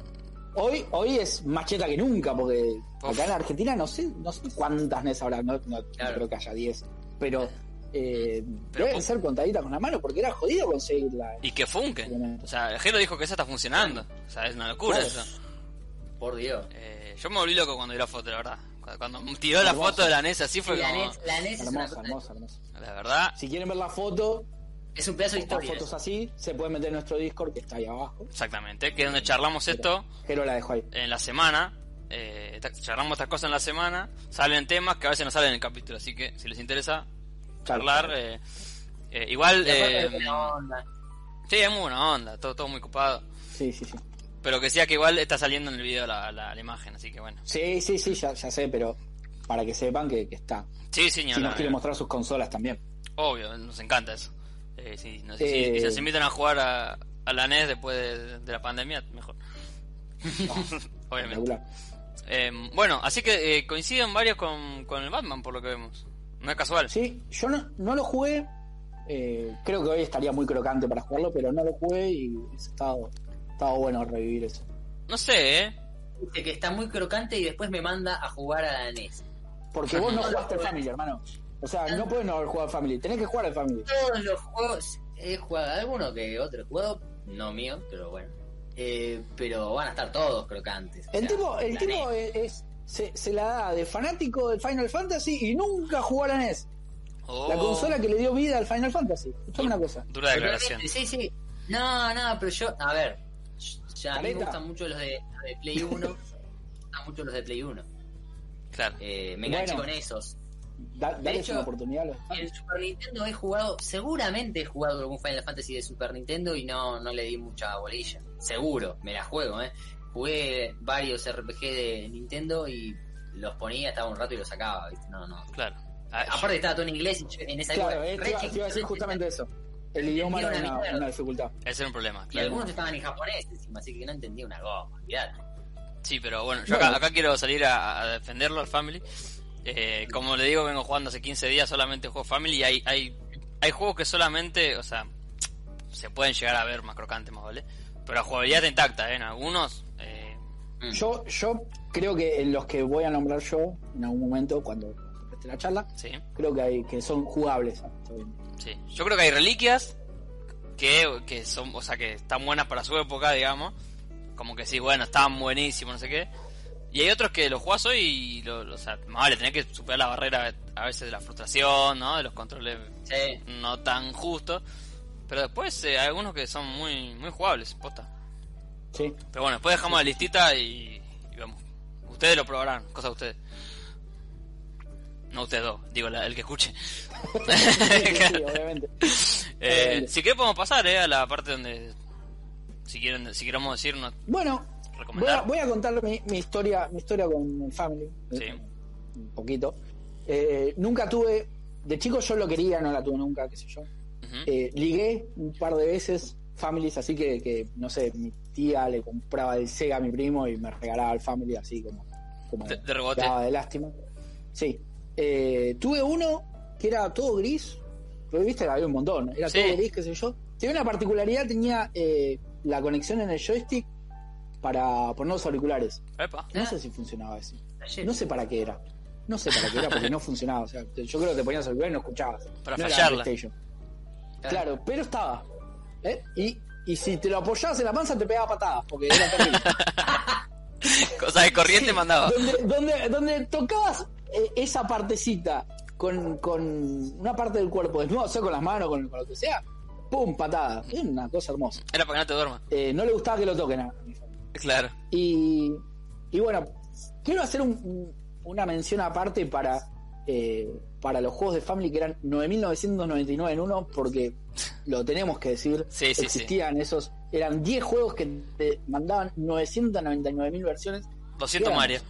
A: hoy, hoy es más cheta que nunca, porque
B: Uf.
A: acá en la Argentina no sé, no sé cuántas NES habrá, no, no- no
C: Claro.
A: creo que haya 10, pero, eh,
B: Pero
A: deben
B: vos-
A: ser contaditas con la mano, porque era jodido conseguirla.
B: Y que funken. O sea, el Gelo dijo que esa está funcionando. O sea, es una locura
A: Claro.
B: eso.
C: Por Dios.
B: Eh, yo me volví loco cuando vi la foto, la verdad. Cu- Cuando tiró la
A: Hermoso.
B: foto de la NES así fue
C: la E
B: como...
C: NES, la NES es una
A: Hermosa,
C: cosa-
A: hermosa, hermosa.
B: La verdad,
A: Si quieren ver la foto,
C: Es un pedazo de
A: estas
C: historia.
A: fotos
C: eso.
A: así, se pueden meter en nuestro Discord que está ahí abajo.
B: exactamente. Que es donde charlamos esto
A: Jero la dejó ahí.
B: en la semana. Eh, ta- charlamos estas cosas en la semana. Salen temas que a veces no salen en el capítulo. Así que si les interesa, charlar. eh, eh, igual,
C: Y aparte
B: eh,
C: de buena onda.
B: sí, es muy buena onda, todo, todo muy copado.
A: Sí, sí, sí.
B: Pero que sea que igual está saliendo en el video la, la, la imagen, así que bueno.
A: Sí, sí, sí, ya, ya sé, pero para que sepan que, que está.
B: Sí, sí,
A: Si
B: ni
A: nos
B: hablar, eh.
A: quieren mostrar sus consolas también.
B: Obvio, nos encanta eso. Eh, sí, no sé,
A: Eh.
B: Si, si nos invitan a jugar a, a la NES después de, de la pandemia, mejor. Obviamente.
A: Espectacular.
B: Eh, bueno, así que eh, coinciden varios con, con el Batman, por lo que vemos. No es casual.
A: Sí, yo no, no lo jugué. eh, creo que hoy estaría muy crocante para jugarlo, pero no lo jugué y es estado, estado bueno revivir eso.
B: No sé, ¿eh?
C: Dice que está muy crocante y después me manda a jugar a la E NES.
A: Porque vos no jugaste al Family, hermano. O sea, no puedes no haber jugado al Family. Tenés que jugar al Family.
C: Todos los juegos he jugado, alguno que otro he jugado, no mío, pero bueno. Eh, pero van a estar todos crocantes. o
A: El
C: sea,
A: tipo, el
C: la
A: tipo es,
C: NES.
A: es- se, se la da de fanático del Final Fantasy y nunca jugó a la NES.
B: Oh,
A: La consola que le dio vida al Final Fantasy. Escuchame una cosa.
B: Dura declaración.
C: Totalmente, Sí, sí. No, no, pero yo, a ver. Ya, a mí me
A: Careta.
C: gustan mucho los de, los de Play 1. me gustan mucho los de Play 1.
B: Claro.
C: Eh, me enganché
A: Bueno.
C: con esos.
A: Da- dale
C: hecho, eh,
A: una oportunidad. a los-
C: En Super Nintendo he jugado, seguramente he jugado algún Final Fantasy de Super Nintendo y no, no le di mucha bolilla. Seguro, me la juego, ¿eh? Jugué varios RPG de Nintendo y los ponía, estaba un rato y los sacaba, ¿viste? No, no.
B: Claro. Ah, yo-
C: Aparte estaba todo en inglés y yo en esa
A: Claro,
C: época.
A: eh,
C: re
A: te iba, te iba a decir
C: chiquito,
A: justamente eso. El idioma
C: Tenía
A: era
C: una
A: una,
C: mierda.
A: una dificultad.
B: ese era un problema.
C: Y
B: Claro.
C: algunos estaban en japonés encima, así que no entendía una goma, olvidate.
B: Sí, pero bueno, yo acá,
A: Bueno.
B: acá quiero salir a, a defenderlo al Family. Eh, como le digo, vengo jugando hace 15 días solamente juego Family y hay, hay, hay juegos que solamente, o sea, se pueden llegar a ver más crocantes, más vale. Pero la jugabilidad está intacta, ¿eh? En algunos, eh,
C: Mm.
A: Yo, yo creo que en los que voy a nombrar yo en algún momento cuando esté la charla,
B: sí,
A: creo que hay que son jugables. Está bien.
B: sí. Yo creo que hay reliquias que, que son, o sea, que están buenas para su época, digamos. Como que sí, bueno, estaban buenísimos, no sé qué. Y hay otros que los jugás hoy y, lo, lo- o sea, más vale, tenés que superar la barrera a veces de la frustración, ¿no? De los controles
C: Sí.
B: no tan justo. Pero después eh, hay algunos que son muy, muy jugables, posta.
A: Sí.
B: Pero bueno, después dejamos la listita y, y vamos. Ustedes lo probarán, cosa de ustedes. No ustedes dos, digo la- el que escuche.
A: Sí, sí, sí, obviamente.
B: Eh, si querés podemos pasar eh, a la parte donde si quieren, si queremos decirnos,
A: Bueno, voy a,
B: recomendar.
A: voy a contar mi, mi historia, mi historia con el family.
B: Sí.
A: un poquito. Eh, nunca tuve, de chico yo lo quería, no la tuve nunca, qué sé yo.
B: Ujú.
A: Eh, ligué un par de veces families, así que, que, no sé, mi tía le compraba el Sega a mi primo y me regalaba el family así como, como
B: De- de rebote.
A: daba de lástima. Sí. Eh, tuve uno que era todo gris, lo viste, la había un montón, era
B: Sí.
A: todo gris, qué sé yo. Tenía una particularidad, tenía eh, la conexión en el joystick para poner los auriculares.
B: Epa.
A: No
C: Ah.
A: sé si funcionaba eso.
C: Ayer.
A: No sé para qué era. No sé para qué era porque no funcionaba. O sea, yo creo que te ponías el y no escuchabas.
B: Para
A: no era
B: fallarla.
A: PlayStation. Claro, pero estaba. ¿Eh? Y, y si te lo apoyabas en la panza te pegaba patadas porque era terrible.
B: Cosas de corriente mandaba.
A: donde, donde, donde tocabas eh, esa partecita con, con una parte del cuerpo desnudo, o sea, con las manos, con, con lo que sea, ¡pum! patada. Era Una cosa hermosa.
B: Era para que no te duermas.
A: Eh, no le gustaba que lo toquen a mi familia.
B: Claro.
A: Y, y bueno, quiero hacer un- un- una mención aparte para, eh, para los juegos de Family que eran 9.999 en uno, porque lo tenemos que decir,
B: Sí, sí, sí.
A: existían esos, eran 10 juegos que te mandaban 999.000 versiones.
B: 200
A: Bien.
B: Mario.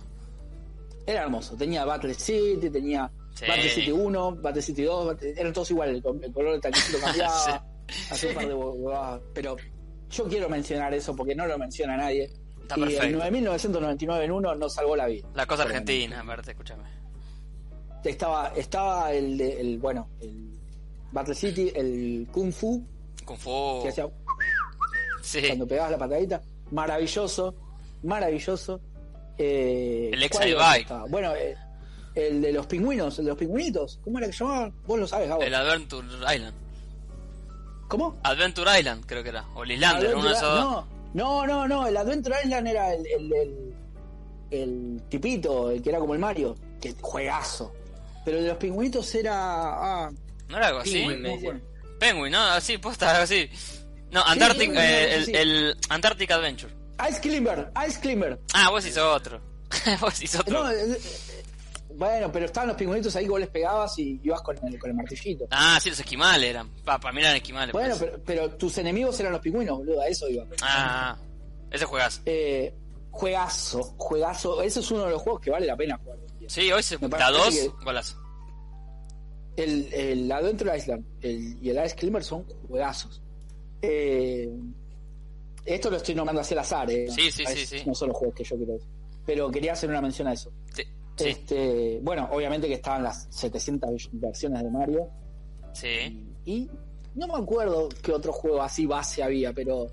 A: Era hermoso, tenía Battle City, tenía
B: Sí.
A: Battle City 1, Battle City 2, Battle- eran todos iguales, el, el color del taquito cambiaba, hacía un par de huevadas, pero yo quiero mencionar eso porque no lo menciona nadie.
B: Está
A: y el
B: perfecto.
A: 9999 en uno nos salvó la vida.
B: La cosa argentina, aparte, escúchame.
A: Estaba, estaba el, de- el, bueno, el Battle City, el Kung Fu,
B: Kung Fu.
A: que hacía
B: Oh, Sí.
A: cuando pegabas la patadita, maravilloso, maravilloso. Eh,
B: El Exa
A: ¿cuál
B: de
A: otro
B: Bike.
A: estaba? Bueno, eh, el de los pingüinos, el de los pingüinitos, ¿cómo era que se llamaban? Vos lo sabes, Gabo.
B: El Adventure Island.
A: ¿Cómo?
B: Adventure Island, creo que era. O el Islander, uno de esos dos.
A: no, no, no, no, el Adventure Island era el, el, el- el tipito, el que era como el Mario, que juegazo. Pero el de los pingüinitos era... ah,
B: ¿No era algo así?
C: Penguin, me
A: ¿cómo
C: decían.
A: fue?
B: Penguin, ¿no? Así, posta, algo así. No, Antarctic,
A: Penguin,
B: eh, el,
A: sí.
B: el Antarctic Adventure.
A: Ice Climber, Ice Climber.
B: Ah, vos hiciste otro. vos hiciste otro.
A: No, eh, eh, bueno, pero estaban los pingüinitos ahí que vos les pegabas y ibas con el, con el martillito.
B: Ah, sí, los esquimales eran. Pa, para mí eran esquimales. pues.
A: Bueno,
B: parece.
A: pero, pero tus enemigos eran los pingüinos, boludo, a eso iba.
B: Ah, ah, ese juegazo.
A: Eh, juegazo, juegazo. Ese es uno de los juegos que vale la pena jugar.
B: Sí, hoy se.
A: Me
B: La
A: parece
B: 2,
A: que-
B: golazo.
A: El, el Adventure Island el- y el Ice Climber son juegazos. Eh, esto lo estoy nombrando así al azar, ¿eh?
B: Sí, sí,
A: No
B: sí,
A: es-
B: sí.
A: No son los juegos que yo quiero decir. Pero quería hacer una mención a eso.
B: Sí, sí,
A: Este, bueno, obviamente que estaban las 700 versiones de Mario.
B: sí.
A: Y no me acuerdo qué otro juego así base había, pero,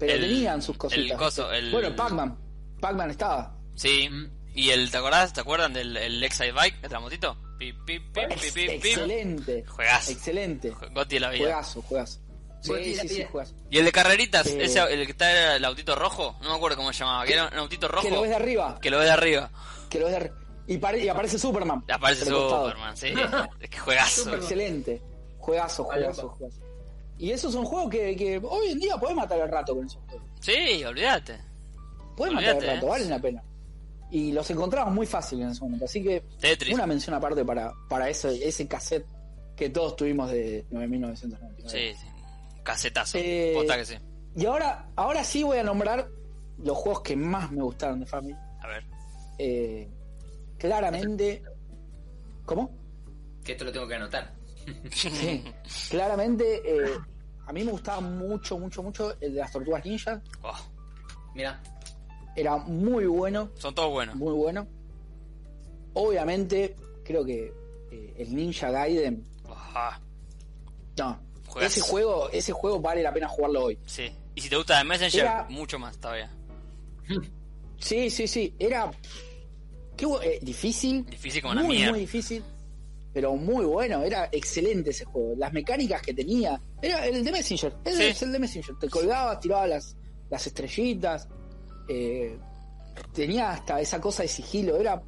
A: pero
B: El-
A: tenían sus cositas.
B: el coso,
A: ¿viste?
B: el-
A: Bueno, Pac-Man. Pac-Man estaba.
B: Sí. ¿Y el, te acordás, te acuerdan del el Excite Bike, el tramotito? Pi, pi, pi, pi,
A: Ex-
B: pi, pi.
A: excelente.
B: Juegazo.
A: Excelente.
B: Goti de la vida.
A: Juegazo, juegazo. Sí,
C: Goti de la
A: sí, sí,
C: vida.
A: juegazo.
B: Y el de carreritas,
A: Eh.
B: ese, el que está el autito rojo, no me acuerdo cómo se llamaba, que era un autito rojo
A: Que lo ves de arriba.
B: que lo ve de arriba.
A: Que lo ves de arri- y, pare- y aparece Superman.
B: Aparece
A: por el costado.
B: Superman, sí. es que juegazo.
C: Superman.
A: Excelente. Juegazo, juegazo,
C: loco.
A: juegazo. Y esos son juegos que, que hoy en día podés matar al rato con esos juegos.
B: Sí, olvídate.
A: Podés matar al
B: Olvídate,
A: rato,
B: eh.
A: valen la pena. Y los encontramos muy fácil en ese momento. Así que
B: Tetris.
A: una mención aparte para, para ese, ese cassette que todos tuvimos de 9999.
B: Sí, sí. Casetazo.
A: Eh.
B: Posta que sí.
A: Y ahora, ahora sí voy a nombrar los juegos que más me gustaron de Family.
B: A ver.
A: Eh, claramente. ¿Cómo?
C: Que esto lo tengo que anotar.
A: Sí. claramente, eh, a mí me gustaba mucho, mucho, mucho el de las tortugas ninja.
B: Oh,
C: Mira,
A: Era muy bueno,
B: son todos buenos.
A: muy bueno. Obviamente, creo que eh, el Ninja Gaiden.
B: Ah,
A: No.
B: Juegazo.
A: Ese juego, ese juego vale la pena jugarlo hoy.
B: sí. Y si te gusta de Messenger,
A: Era-
B: mucho más todavía.
A: Sí, sí, sí. Era. Qué bu- eh, difícil.
B: Difícil como la
A: muy,
B: mierda.
A: muy difícil, pero muy bueno. Era excelente ese juego. Las mecánicas que tenía. Era el de Messenger. Ese
B: Sí.
A: es el de Messenger. Te colgabas, tirabas las, las estrellitas. eh, tenía hasta esa cosa de sigilo. Era.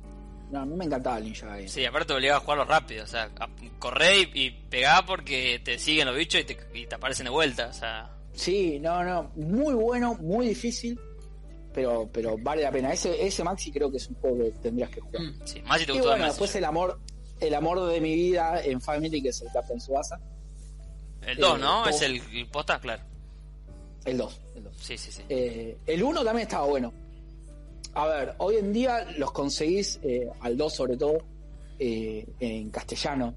A: No, a mí me encantaba el Ninja Gaiden.
B: Sí, aparte te obligaba a jugarlo rápido. O sea, a- corré y, y pegá porque te siguen los bichos y te, y te aparecen de vuelta. O sea,
A: Sí, no, no. Muy bueno, muy difícil. Pero, pero vale la pena. Ese, ese Maxi creo que es un juego que tendrías que jugar.
B: sí. Más si te
A: Y
B: gustó
A: bueno,
B: de
A: después
B: Messenger.
A: el amor, el amor de mi vida en Family, que es el Captain Subasa.
B: El 2,
A: eh,
B: ¿no?
A: como-
B: Es el, el posta, claro.
A: El 2. El 2.
B: Sí, sí, sí.
A: Eh, el 1 también estaba bueno. A ver, hoy en día los conseguís, eh, al 2 sobre todo, eh, en castellano.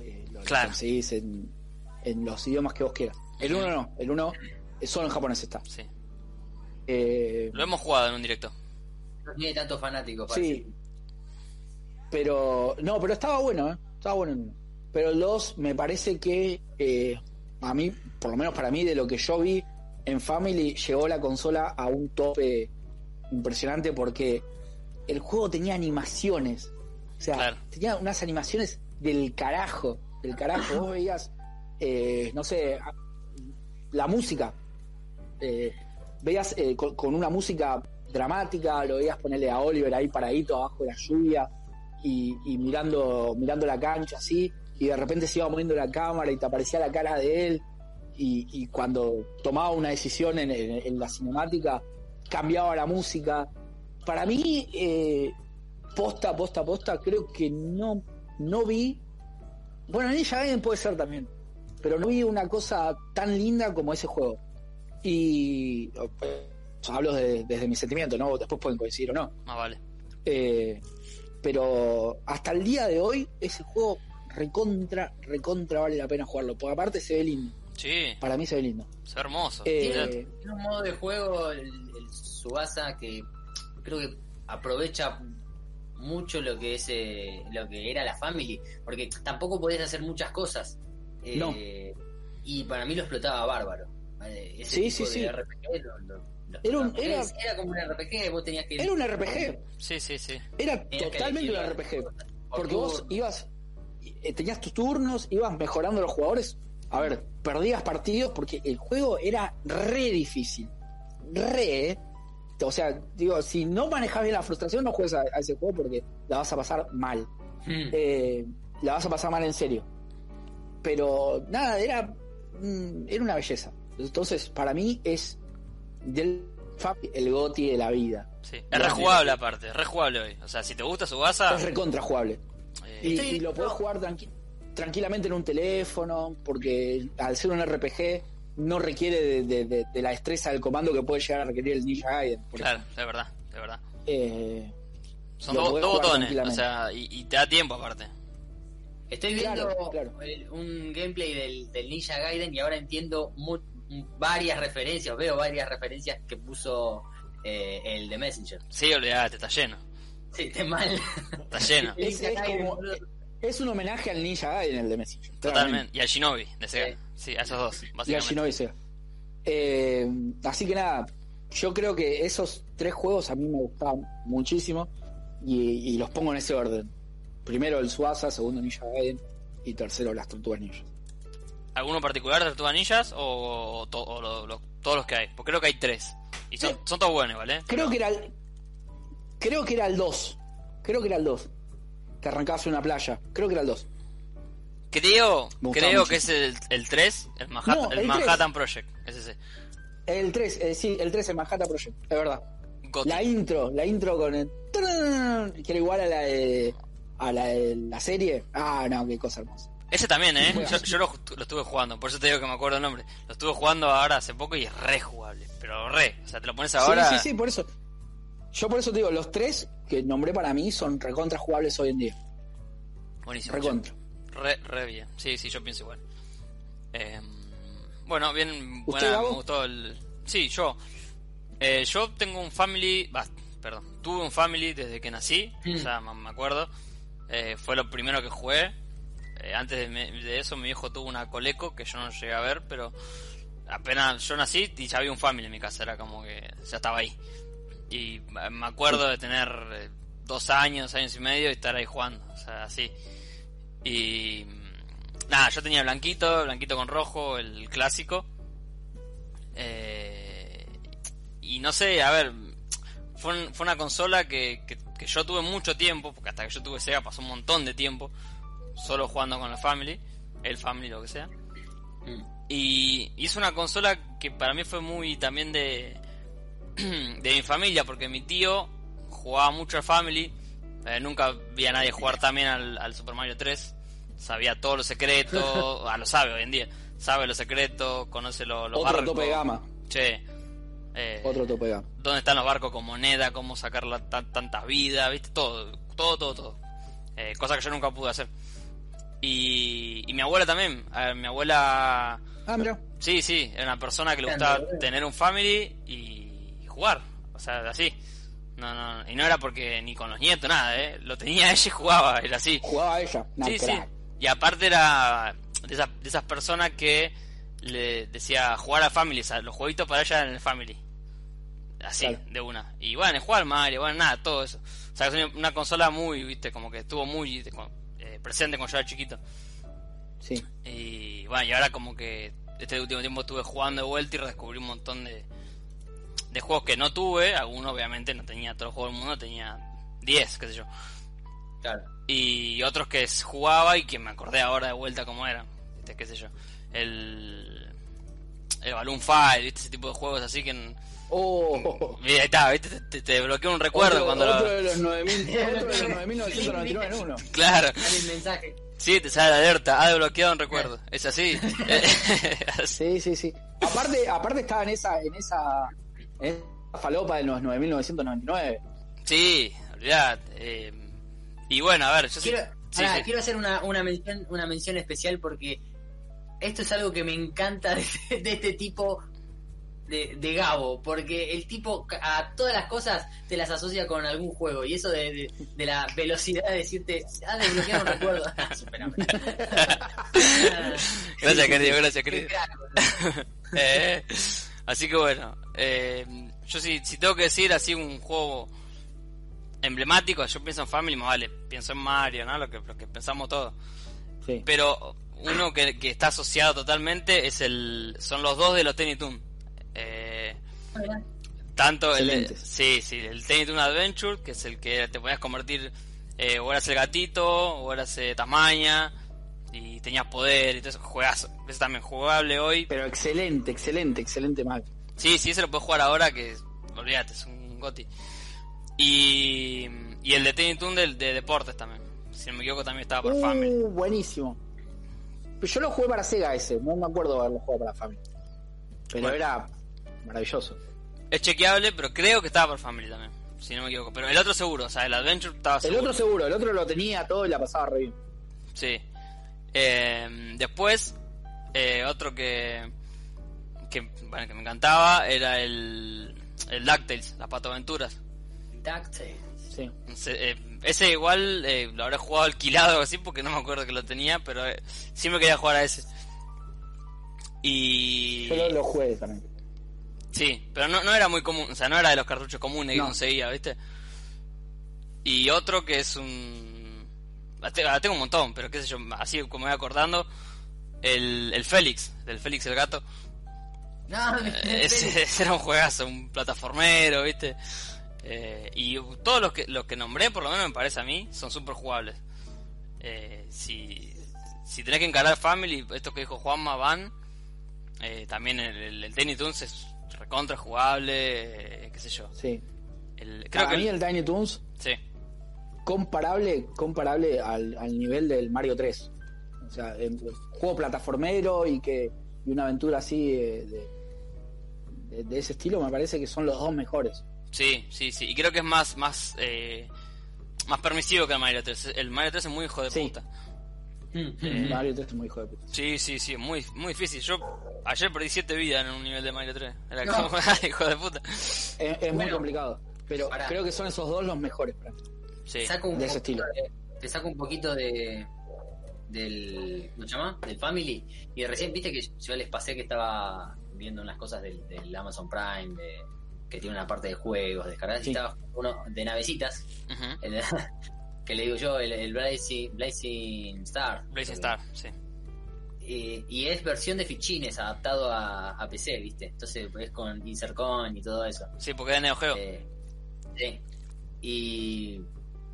A: Eh, lo lo
B: Claro.
A: conseguís en, en los idiomas que vos quieras. El uno no, el uno eh, solo en japonés está.
B: Sí.
A: Eh,
B: Lo hemos jugado en un directo.
C: No tiene tantos fanáticos,
A: Sí.
C: parece.
A: Pero, no, pero estaba bueno, ¿eh? Estaba bueno. el uno. Pero el 2 me parece que eh, a mí, por lo menos para mí, de lo que yo vi en Family, llegó la consola a un tope impresionante porque el juego tenía animaciones. O sea,
B: Claro.
A: tenía unas animaciones del carajo, del carajo. Vos veías, eh, no sé, a- la música. Eh, veías eh, con, con una música dramática, lo veías ponerle a Oliver ahí paradito abajo de la lluvia y, y mirando, mirando la cancha así, y de repente se iba moviendo la cámara y te aparecía la cara de él, y, y cuando tomaba una decisión en, en- en la cinemática, cambiaba la música. Para mí, eh, posta, posta, posta, creo que no, no vi, bueno, Ninja Gaiden puede ser también, pero no vi una cosa tan linda como ese juego. Y eh, hablo de- desde mi sentimiento, ¿no? Después pueden coincidir o no.
B: Más vale.
A: Eh, pero hasta el día de hoy, ese juego recontra, recontra vale la pena jugarlo. Porque aparte se ve lindo.
B: Sí,
A: Para mí se ve lindo.
B: es hermoso.
A: Eh,
C: Tiene un modo de juego, el, el Subasa, que creo que aprovecha mucho lo que es eh, lo que era la Family, porque tampoco podías hacer muchas cosas. Eh,
A: No.
C: Y para mí lo explotaba bárbaro. Eh, Ese
A: Sí,
C: tipo
A: sí,
C: de
A: sí.
C: RPG lo- lo- lo
A: Era un-
C: explotaba.
A: era-
C: Es- era como un RPG, vos tenías que...
A: era un RPG.
B: Sí, sí, sí.
A: Era
C: tenías que
A: totalmente un
C: elegir
A: RPG.
C: por
A: Porque
C: turno.
A: vos ibas, eh, tenías tus turnos, ibas mejorando los jugadores. A ver, perdías partidos porque el juego era re difícil. Re. eh. O sea, digo, si no manejas bien la frustración, no juegues a, a ese juego porque la vas a pasar mal.
C: Mm.
A: eh, la vas a pasar mal en serio. Pero nada, era, mm, era una belleza. Entonces, para mí es del fa- el goti de la vida.
B: sí. Es
A: Grande.
B: rejugable aparte, es rejugable hoy. O sea, si te gusta su
A: Es
B: eh,
A: recontrajugable. Y,
C: Estoy-
A: y lo podés jugar tranqui- tranquilamente en un teléfono, porque al ser un RPG no requiere de, de- de- de la destreza del comando que puede llegar a requerir el Ninja Gaiden. por
B: Claro, de verdad, de verdad.
A: ejemplo. Eh,
B: Son
A: Lo
B: dos,
A: podés
B: dos
A: jugar
B: botones, o
A: tranquilamente.
B: sea, y, y te da tiempo aparte.
C: Estoy viendo
A: Claro, claro.
C: el- un gameplay del, del Ninja Gaiden y ahora entiendo mu- varias referencias, veo varias referencias que puso eh, el de Messenger.
B: Sí, olvidate, está lleno.
C: Sí, está mal.
B: Está lleno,
C: El
A: es,
C: Ninja
A: es
C: Gaiden,
A: como-
C: boludo.
A: es un homenaje al Ninja Gaiden, el de Messi.
B: totalmente. Y a Shinobi, de Sega.
C: Sí.
B: Sí, a esos dos,
A: y a
B: básicamente.
A: Shinobi Sega. Eh, así que nada, yo creo que esos tres juegos a mí me gustaban muchísimo y, y los pongo en ese orden. Primero el Suasa, segundo Ninja Gaiden y tercero las Tortugas Ninja.
B: ¿Alguno particular de Tortugas Ninjas o, to- o lo- lo- todos los que hay? Porque creo que hay tres. Y son,
A: Sí.
B: son todos buenos, ¿eh? ¿vale?
A: Creo que era el, creo que era el 2. Creo que era el 2. Que arrancabas en una playa. Creo que era el 2.
B: Creo,
A: Me gustaba
B: creo
A: mucho.
B: que es el, el 3, el Manhattan,
A: No,
B: el
A: el
B: Manhattan Project. Es ese.
A: El 3, eh, sí, el 3 en Manhattan Project, es verdad.
B: Gotti.
A: La intro, la intro con el tarán, que era igual a la de, a la de la serie. Ah, no, qué cosa hermosa.
B: Ese también, ¿eh?
A: Bueno.
B: Yo, yo lo, ju- lo estuve jugando, por eso te digo que me acuerdo el nombre. Lo estuve jugando ahora hace poco y es re jugable, pero re. O sea, te lo pones ahora.
A: Sí, sí, sí, por eso. Yo por eso te digo, los tres que nombré para mí son recontra jugables hoy en día.
B: Buenísimo.
A: Recontra.
B: Re, re bien. Sí, sí, yo pienso igual. Eh, bueno, bien,
A: ¿Usted,
B: buena, me
A: Gabo?
B: gustó el... Sí, yo. Eh, yo tengo un family... bah, perdón, tuve un family desde que nací,
A: Mm.
B: o sea, me me acuerdo. Eh, fue lo primero que jugué. Eh, antes de, me- de eso mi viejo tuvo una Coleco que yo no llegué a ver, pero apenas yo nací y ya había un family en mi casa, era como que ya estaba ahí. Y eh, me acuerdo de tener eh, dos años, años y medio y estar ahí jugando, o sea, así. Y. mm, Nada, yo tenía blanquito, blanquito con rojo, el clásico. Eh, y no sé, a ver. Fue, un- fue una consola que, que- que yo tuve mucho tiempo, porque hasta que yo tuve Sega pasó un montón de tiempo, solo jugando con la Family, el Family, lo que sea.
C: Mm.
B: Y, y es una consola que para mí fue muy también de, de mi familia, porque mi tío jugaba mucho al Family. eh, nunca vi a nadie jugar también al, al Super Mario 3. Sabía todos los secretos, ah, lo sabe hoy en día. Sabe los secretos, conoce lo- los
A: Otro
B: barcos.
A: tope de gama.
B: Che, eh,
A: Otro tope de gama.
B: dónde están los barcos con moneda, cómo sacar la- tan- tantas vidas, viste, todo, todo, todo, todo. eh, cosa que yo nunca pude hacer. Y, y mi abuela también, a ver, mi abuela...
A: Ah, mira.
B: Sí, sí, era una persona que le
C: Grande,
B: gustaba
C: boludo.
B: tener un family y jugar, o sea, así. No, no, y no era porque ni con los nietos, nada, ¿eh? Lo tenía ella y jugaba, era así.
A: Jugaba ella. Nah,
B: Sí, sí.
A: crack.
B: Y aparte era de esas, de esas personas que le decía jugar a Family, o sea, los jueguitos para ella en el Family. Así,
A: Claro.
B: de una. Y bueno, jugar al Mario, bueno, nada, todo eso. O sea, es una- una consola muy, viste, como que estuvo muy eh, presente cuando yo era chiquito.
A: Sí.
B: Y bueno, y ahora como que este último tiempo estuve jugando de vuelta y redescubrí un montón de, de juegos que no tuve. Algunos obviamente no tenía todos los juegos del mundo, tenía 10, qué sé yo
C: Claro.
B: y otros que s- jugaba y que me acordé ahora de vuelta cómo eran, este, qué sé yo, el el Balloon Fight, ¿viste? ese tipo de juegos así que en-
A: Oh.
B: Mira, ahí está, ¿viste? Te, te- te bloqueó un recuerdo
A: otro,
B: cuando
A: otro
B: lo...
A: de los 9.000, otro de los 9.999 en uno.
B: Claro,
C: Dale el mensaje.
B: sí, te sale la alerta, ha desbloqueado un recuerdo, es así.
A: Sí,
B: Así.
A: sí, sí. Aparte, aparte estaba en esa, en esa, en esa falopa de los 9.999.
B: sí, olvidate. eh, y bueno, a ver, yo sí-
C: Quiero,
B: sí,
C: pará,
B: sí.
C: quiero hacer una, una mención, una mención especial porque esto es algo que me encanta de, este- de este tipo de, de Gabo, porque el tipo ca- a todas las cosas te las asocia con algún juego y eso de, de- de la velocidad de decirte, ah, desbloquear un recuerdo. Ah, es un fenómeno. Ah,
B: Gracias, querido, gracias,
C: qué
B: querido.
C: crack, boludo.
B: Eh, así que bueno, eh, yo si, si tengo que decir así un juego emblemático, yo pienso en Family, más vale, pienso en Mario, ¿no? Lo que, lo que pensamos todos.
A: Sí.
B: Pero uno que, que está asociado totalmente es el, son los dos de los Tiny Toon. Eh, tanto el,
A: Excelentes.
B: sí, sí, el Tiny Toon Adventure, que es el que te podías convertir, eh, o eras el gatito, o eras eh, Tasmania, y tenías poder, y todo eso, juegazo. Ese también jugable hoy,
A: Pero excelente, excelente, excelente mal.
B: Sí, sí, se lo puedes jugar ahora que olvídate, es un goti. Y, y el de Tiny Toon del- de, deportes también. Si no me equivoco también estaba por Family.
A: Uh, buenísimo. Pero yo lo jugué para Sega ese, no me acuerdo haberlo jugado para Family. Pero
B: Bueno.
A: era maravilloso.
B: Es chequeable, pero creo que estaba por Family también. Si no me equivoco. Pero el otro seguro, o sea, el Adventure estaba
A: El
B: seguro.
A: otro seguro, el otro lo tenía todo y la pasaba re bien.
B: Sí. Eh, después, eh, otro que, que, bueno, que me encantaba era el, el DuckTales, las patoaventuras.
C: DuckTales.
A: Sí.
B: Se- eh, ese igual eh, lo habré jugado alquilado o así porque no me acuerdo que lo tenía, pero eh, siempre quería jugar a ese. Y...
A: Yo lo- lo jugué también.
B: Sí, pero no, no era muy común, o sea, no era de los cartuchos comunes que
A: No.
B: conseguía, ¿viste? Y otro que es un... la te- la tengo un montón, pero qué sé yo, así como me voy acordando, el, el Félix, del Félix el gato.
C: No,
B: Eh, Ese, ese era un juegazo, un plataformero, ¿viste? Eh, y todos los que, los que nombré, por lo menos me parece a mí, son súper jugables. Eh, si, si tenés que encarar Family, esto que dijo Juanma Van, eh, también el, el, el Tiny Toons es recontra jugable, eh, qué sé yo.
A: Sí.
B: El- creo
A: para
B: que
A: mí el Tiny Toons
B: sí,
A: comparable, comparable al, al nivel del Mario 3. O sea, en- juego plataformero y que y una aventura así eh, de, de- de ese estilo me parece que son los dos mejores.
B: sí, sí, sí. Y creo que es más más eh, más permisivo que el Mario 3. El Mario 3 es muy hijo de
A: Sí.
B: puta.
C: Mm,
B: Eh,
C: mm.
A: Mario 3 es muy hijo de puta.
B: Sí, sí, sí, muy, muy difícil. Yo ayer perdí 7 vidas en un nivel de Mario 3. Era
C: No.
B: como, ah, hijo de puta.
A: Es, es muy
C: Bueno.
A: complicado. Pero
C: Pará.
A: creo que son esos dos los mejores. para mí.
B: Sí,
C: saco un
A: de ese
C: poquito
A: estilo.
C: de- te saco un poquito de del ¿cómo se llama? del family y recién viste que yo les pasé que estaba viendo unas cosas del, del Amazon Prime de- que tiene una parte de juegos descargadas
A: Sí.
C: y estaba uno de navecitas
B: ujú.
C: el- que le digo yo el, el Blazing, Blazing Star
B: Blazing Star, sí.
C: Eh, y es versión de fichines adaptado a, a PC viste entonces es con Insercon y todo eso
B: Sí, porque es Neo Geo.
C: eh, sí. Y,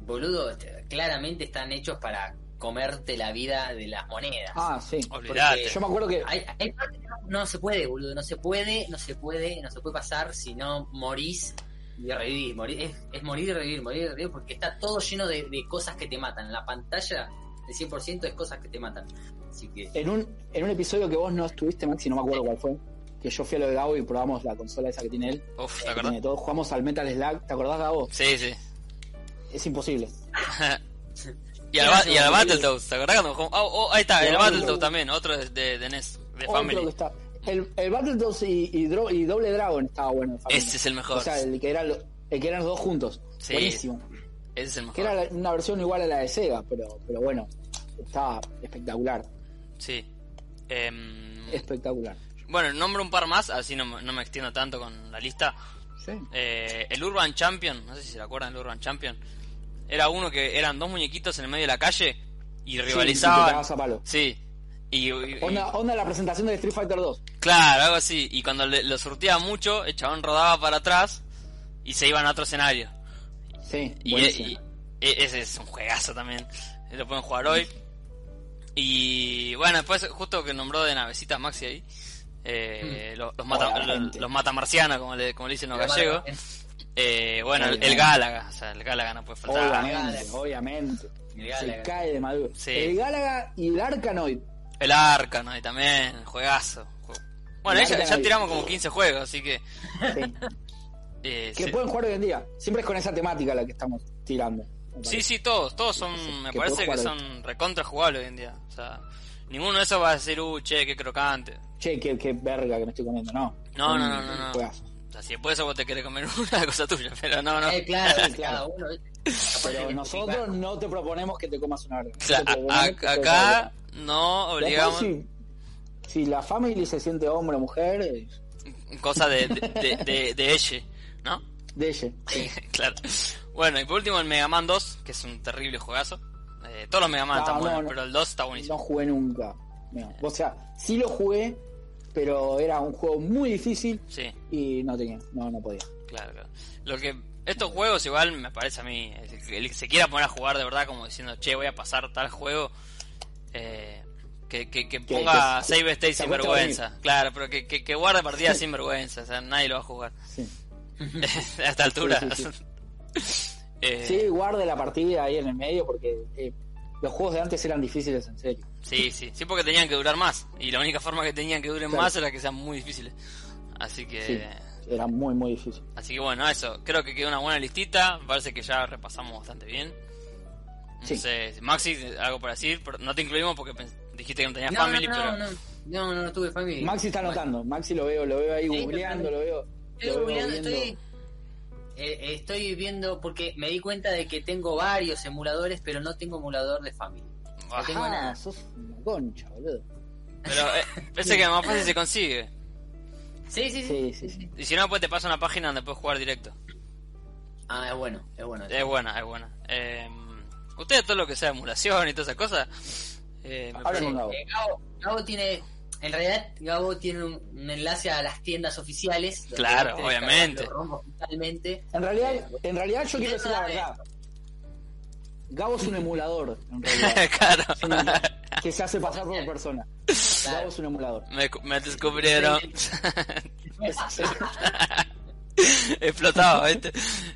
C: boludo, este, claramente están hechos para comerte la vida de las monedas.
A: Ah, sí.
B: Olvidate.
A: Yo me acuerdo que
C: Hay, hay partes que no, no se puede, boludo, no se puede, no se puede, no se puede pasar si no morís y revivís. morir es, es morir y revivir, morir y revivir, porque está todo lleno de, de cosas que te matan. La pantalla, el 100% es cosas que te matan. Así que,
A: en un, en un episodio que vos no estuviste, Maxi, no me acuerdo cuál fue, que yo fui a lo de Gabo y probamos la consola esa que tiene él.
B: Uf, ¿te
A: que
B: acordás?
A: tiene todo, jugamos al Metal Slug. ¿Te acordás, Gabo?
B: Sí, sí.
A: Es imposible.
B: Y al, ba- y al Battletoads, ¿te acordás cuando jugamos? Ah, oh, ahí está, el Battletoads también, otro de, de, E de NES, de
A: Otro que
B: Family.
A: está. El, el Battletoads y, y, Dro- y Doble Dragon estaba bueno. Family.
B: Ese es el mejor.
A: O sea, el que, eran lo- el que eran los dos juntos.
B: Sí.
A: Buenísimo.
B: Ese es el
A: Que era
B: mejor.
A: la- una versión igual a la de Sega, pero, pero bueno, estaba espectacular.
B: Sí. Em,
A: Eh. Espectacular.
B: bueno, nombro un par más, así no, me- no me extiendo tanto con la lista.
A: Sí.
B: Eh, el Urban Champion, no sé si se acuerdan del Urban Champion. Era uno que eran dos muñequitos en el medio de la calle y
A: y te
B: rivalizaban.
A: cagabas a palo.
B: Sí. Y, y- y-
A: Onda, onda la presentación de Street Fighter 2.
B: claro, algo así. Y cuando le- lo surtía mucho, el chabón rodaba para atrás y se iban a otro escenario.
A: Sí,
B: Y,
A: buenísimo.
B: y- e- ese es un juegazo también. eh, Lo pueden jugar hoy. Y bueno, después justo que nombró de navecitas Maxi ahí. eh, los, los mata,
A: Obviamente.
B: los, los matamarcianos, como le, como le dicen los gallegos. Eh, bueno, el, el
A: Obviamente.
B: Gálaga. O sea, el Gálaga no puede faltar.
A: Obviamente, obviamente.
C: El
A: Se
C: Gálaga.
A: cae de maduro.
B: Sí.
A: El Gálaga y el Arcanoid.
B: El Arcano ahí también. Juegazo. Bueno,
A: El
B: ya, ya
A: Arcanoid.
B: tiramos como 15 juegos, así que.
A: sí,
B: eh,
A: que
B: sí.
A: pueden jugar hoy en día. Siempre es con esa temática la que estamos tirando. me
B: Sí,
A: parece.
B: sí, todos, todos son,
A: Sí,
B: me
A: que
B: parece que
A: puedes jugar
B: son recontra jugables hoy en día. O sea, ninguno de esos va a decir, uh, che, qué crocante.
A: Che, qué, qué verga que me estoy comiendo. No.
B: No, no, no,
A: Mm,
B: no, no.
A: juegazo.
B: O sea, si después de eso vos te querés comer una cosa tuya, pero no, no.
C: Eh, claro,
A: Sí, claro.
C: cada uno. ¿viste?
A: Pero nosotros no te proponemos que te comas una verga.
B: O sea,
A: Te proponemos
B: a- a-
A: que te
B: acá no
A: Después,
B: obligamos
A: si, si la family se siente hombre o mujer, eh,
B: cosa de, de, de, de- de elle, ¿no?
A: de ella.
B: claro. Bueno, y por último el Mega Man 2, que es un terrible juegazo. Eh, todos los Mega Man
A: No,
B: están
A: no,
B: buenos,
A: no.
B: pero el 2 está
A: No
B: buenísimo.
A: jugué nunca. No. O sea, sí lo jugué, pero era un juego muy difícil
B: Sí,
A: y no tenía, no, no podía.
B: claro, claro. Lo que estos juegos igual me parece a mí, el que- el que se quiera poner a jugar de verdad como diciendo, che, voy a pasar tal juego, eh, que, que, que ponga
A: que-
B: save state
A: que
B: sin
A: aguante
B: vergüenza. Claro, pero que, que, que guarde partidas sin vergüenza, o sea, nadie lo va a jugar.
A: Sí,
B: a esta altura.
A: Sí, sí,
B: Eh,
A: Sí, guarde la partida ahí en el medio porque eh, los juegos de antes eran difíciles en serio.
B: sí, sí, sí, porque tenían que durar más. Y la única forma que tenían que duren
A: Claro.
B: más era que sean muy difíciles. Así que,
A: Sí, era muy, muy difícil.
B: así que bueno, eso. Creo que quedó una buena listita. Parece que ya repasamos bastante bien. No
A: Sí.
B: sé, Maxi, algo para decir. Pero no te incluimos porque pens- dijiste que no tenías
C: No, no,
B: family,
C: no,
B: pero
C: no, no, no, no tuve family.
A: Maxi está anotando, Maxi lo veo, lo veo ahí
C: Sí,
A: googleando, lo veo.
C: Estoy
A: lo veo
C: googleando,
A: viendo. Ah,
C: estoy- eh, estoy viendo porque me di cuenta de que tengo varios emuladores, pero no tengo emulador de family.
B: Bah,
C: tengo
A: Ah,
C: nada.
A: sos una concha, boludo.
B: pero eh, ese que más fácil se consigue.
C: Sí, sí, sí.
A: Sí, sí, sí.
B: Y si no, pues te paso una página donde puedes jugar directo.
C: Ah, es bueno, es bueno.
B: Es buena, es buena. Eh, Ustedes, todo lo que sea emulación y todas esas cosas. eh, me
A: Ahora
B: parece-
A: con Gabo.
C: Eh, Gabo, Gabo tiene, en realidad, Gabo tiene un, un enlace a las tiendas oficiales. donde
B: Claro,
C: vos te descargas
B: obviamente.
C: los rombos totalmente.
A: En realidad, en realidad yo quiero decir la verdad. Gabo es un emulador, en realidad.
B: claro.
A: Es un- que se hace pasar por persona. Gabo es un emulador.
B: Me, me descubrieron.
A: Es- es-
B: Explotaba, ¿viste?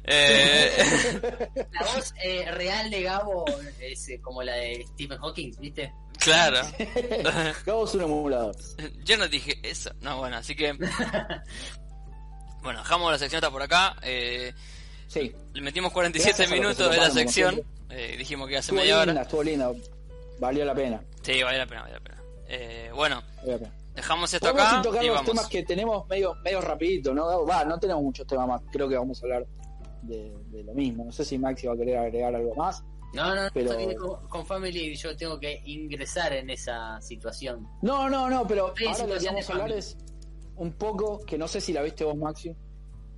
B: Eh,
C: La voz eh, real de Gabo es eh, como la de Stephen Hawking, ¿viste?
B: claro.
A: Gabo es un emulador.
B: Yo no dije eso. No, bueno, así que. Bueno, dejamos la sección hasta por acá. Eh,
A: Sí.
B: le metimos 47
A: Gracias a los que
B: minutos
A: se
B: de la
A: tomaron, como
B: sección.
A: siempre.
B: Eh, dijimos que iba a ser
A: Estuvo
B: media
A: linda,
B: hora.
A: estuvo linda. Valió la pena.
B: Sí, vale la pena, vale la pena. Eh, bueno,
A: Valió la pena.
B: dejamos esto
A: Podemos
B: acá
A: ir tocar
B: y
A: los
B: vamos.
A: temas que tenemos medio, medio rapidito, ¿no, Gabo? Va, no tenemos muchos temas más. Creo que vamos a hablar de, de lo mismo. No sé si Maxi va a querer agregar algo más.
C: No, no, no,
A: Pero-
C: estoy con, con Family yo tengo que ingresar en esa situación.
A: No, no, no, pero
C: Sí,
A: ahora lo que
C: situación
A: vamos a
C: de
A: hablar
C: familia.
A: es un poco, que no sé si la viste vos, Maxi,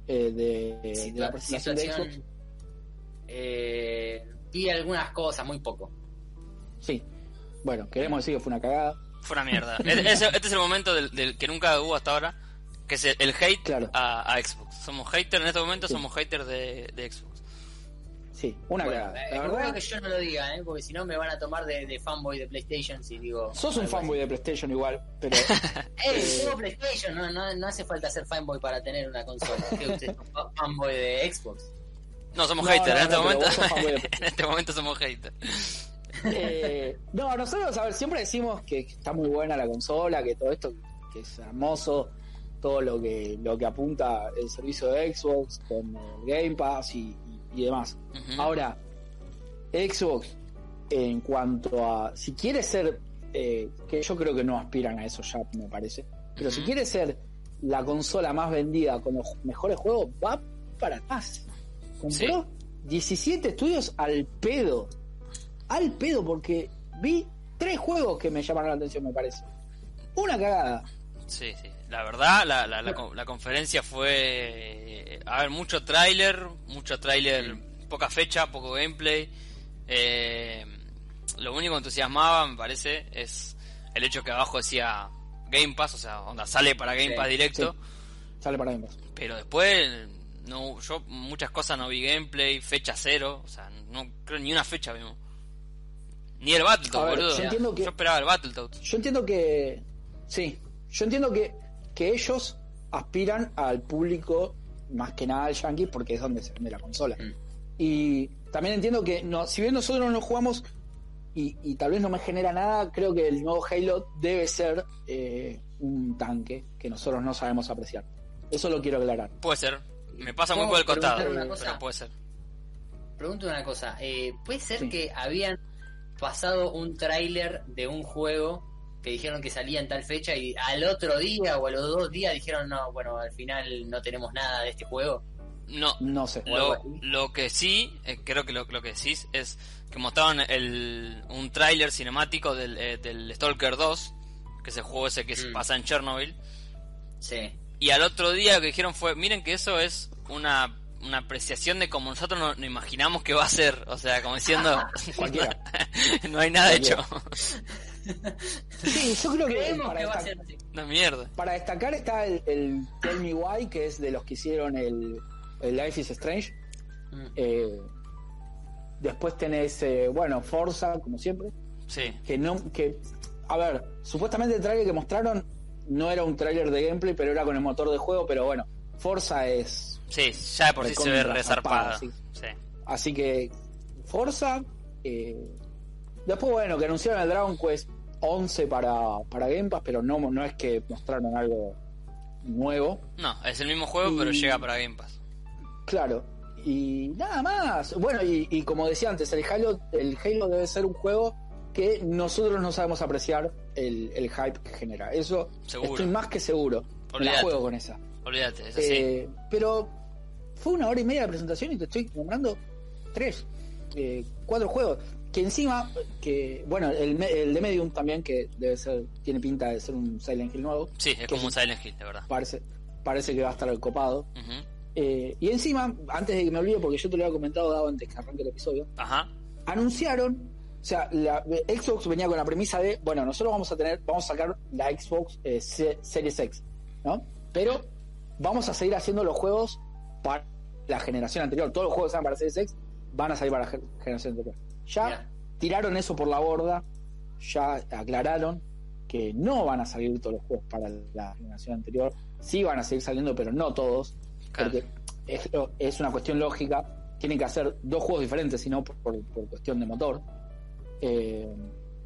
A: eh, de, de la
C: Situa-
A: presentación de Xbox.
C: situación. eh, vi algunas cosas, muy poco.
A: Sí. Bueno, queremos decir que fue una cagada.
B: Fue una mierda. E- ese- este es el momento del, del que nunca hubo hasta ahora, que es el, el hate
A: Claro.
B: a, a Xbox. Somos haters en este momento,
A: Sí.
B: somos haters de, de Xbox.
A: Sí, una
C: Bueno,
A: cagada.
C: eh,
A: La
C: espero
A: verdad,
C: que yo no lo diga, ¿eh? porque si no me van a tomar de, de fanboy de PlayStation si digo.
A: sos un
C: algo
A: fanboy de PlayStation igual, pero
C: así. ¡Eh! Tengo PlayStation, no, no, no hace falta ser fanboy para tener una consola. ¿Qué, usted es un fa- fanboy de Xbox?
B: No, somos
A: No,
B: haters
A: no,
B: en este
A: no, pero vos sos
B: momento.
A: fanboy de
B: en este momento somos haters.
A: Eh, no, nosotros, a ver, siempre decimos que está muy buena la consola, que todo esto, que es hermoso, todo lo que, lo que apunta el servicio de Xbox con el Game Pass y, y- y demás.
B: Ujú.
A: Ahora, Xbox en cuanto a si quieres ser, eh, que yo creo que no aspiran a eso ya, me parece, pero si
B: Ujú.
A: quieres ser la consola más vendida con los mejores juegos, va para atrás. Compró 17 estudios al pedo. Al pedo, porque vi tres juegos que me llamaron la atención, me parece. Una cagada.
B: Sí, sí. La verdad, la, la, la, con- la conferencia fue... eh, A ver, mucho tráiler, mucho tráiler, poca fecha, poco gameplay. Eh, lo único que entusiasmaba, me parece, es el hecho que abajo decía Game Pass, o sea, onda sale para Game
C: Sí,
B: Pass directo.
A: Sale para mí.
B: Pero después, no, yo muchas cosas no vi gameplay, fecha cero, o sea, no creo ni una fecha vimos. Ni el
A: A
B: Battletoads,
A: ver,
B: boludo.
A: yo entiendo que-
B: Yo esperaba el Battletoads.
A: Yo entiendo que. Sí. Yo entiendo que, que ellos aspiran al público más que nada al yankee porque es donde se vende la consola.
C: Mm.
A: Y también entiendo que no, si bien nosotros no jugamos y, y tal vez no me genera nada, creo que el nuevo Halo debe ser eh, un tanque que nosotros no sabemos apreciar. Eso lo quiero aclarar.
B: Puede ser. Me pasa muy
C: ¿Puedo
B: por el
C: preguntar
B: costado,
C: una cosa?
B: pero puede ser.
C: Pregunto una cosa, eh, ¿puede ser
A: Sí.
C: que habían pasado un tráiler de un juego que dijeron que salía en tal fecha y al otro día o a los dos días dijeron, no, bueno, al final no tenemos nada de este juego?
B: No,
A: No sé.
C: O algo
B: lo,
C: así.
B: lo que sí, eh, creo que lo, lo que decís es que mostraron el, un tráiler cinemático del, eh, del Stalker 2, que es el juego ese que se
C: Mm.
B: pasa en Chernobyl.
C: Sí,
B: Y al otro día lo que dijeron fue, miren que eso es una, una apreciación de como nosotros no, no imaginamos que va a ser. O sea, como diciendo,
A: Cualquiera.
B: no hay nada hecho.
A: Cualquiera. Sí, yo creo que
C: creemos
A: para
C: que va a
A: esta-
C: ser así.
B: Una mierda.
A: Para destacar está el, el Tell Me Why, que es de los que hicieron el, el Life is Strange.
C: Mm.
A: Eh, después tenés, eh, bueno, Forza, como siempre.
B: Sí.
A: Que no, que, a ver, supuestamente el tráiler que mostraron no era un tráiler de gameplay, pero era con el motor de juego. Pero bueno, Forza es.
B: Sí, ya de por sí se ve
A: Recontra zarpada,
B: resarpada.
A: sí.
B: Sí.
A: Así que, Forza. eh, después, bueno, que anunciaron el Dragon Quest 11 para, para Game Pass, pero no, no es que mostraron algo nuevo.
B: No, es el mismo juego, pero
A: Y-
B: llega para Game Pass.
A: Claro. Y nada más. Bueno, y, y como decía antes, el Halo, el Halo debe ser un juego que nosotros no sabemos apreciar el, el hype que genera. Eso
B: Seguro.
A: estoy más que seguro. Me
B: Olvídate.
A: La juego con esa.
B: Olvídate, es así.
A: Eh, pero fue una hora y media de presentación y te estoy nombrando tres, eh, cuatro juegos. Que encima, que bueno, el, me- el de Medium también, que debe ser, tiene pinta de ser un Silent Hill nuevo.
B: sí, es
A: que
B: como
A: sí.
B: un Silent Hill, de verdad.
A: Parece, parece que va a estar copado.
B: Ujú.
A: Eh, y encima, antes de que me olvide, porque yo te lo había comentado Davo, antes que arranque el episodio,
B: Ajá.
A: anunciaron, o sea, la, Xbox venía con la premisa de, bueno, nosotros vamos a tener, vamos a sacar la Xbox eh, Se- Series X, ¿no? Pero vamos a seguir haciendo los juegos para la generación anterior. Todos los juegos que salgan para Series X van a salir para la gen- generación anterior. Ya
C: Mirá.
A: tiraron eso por la borda, ya aclararon que no van a salir todos los juegos para la generación anterior. Sí van a seguir saliendo, pero no todos.
B: Claro.
A: Porque es, lo- es una cuestión lógica. Tienen que hacer dos juegos diferentes, sino por, por- por cuestión de motor. Eh,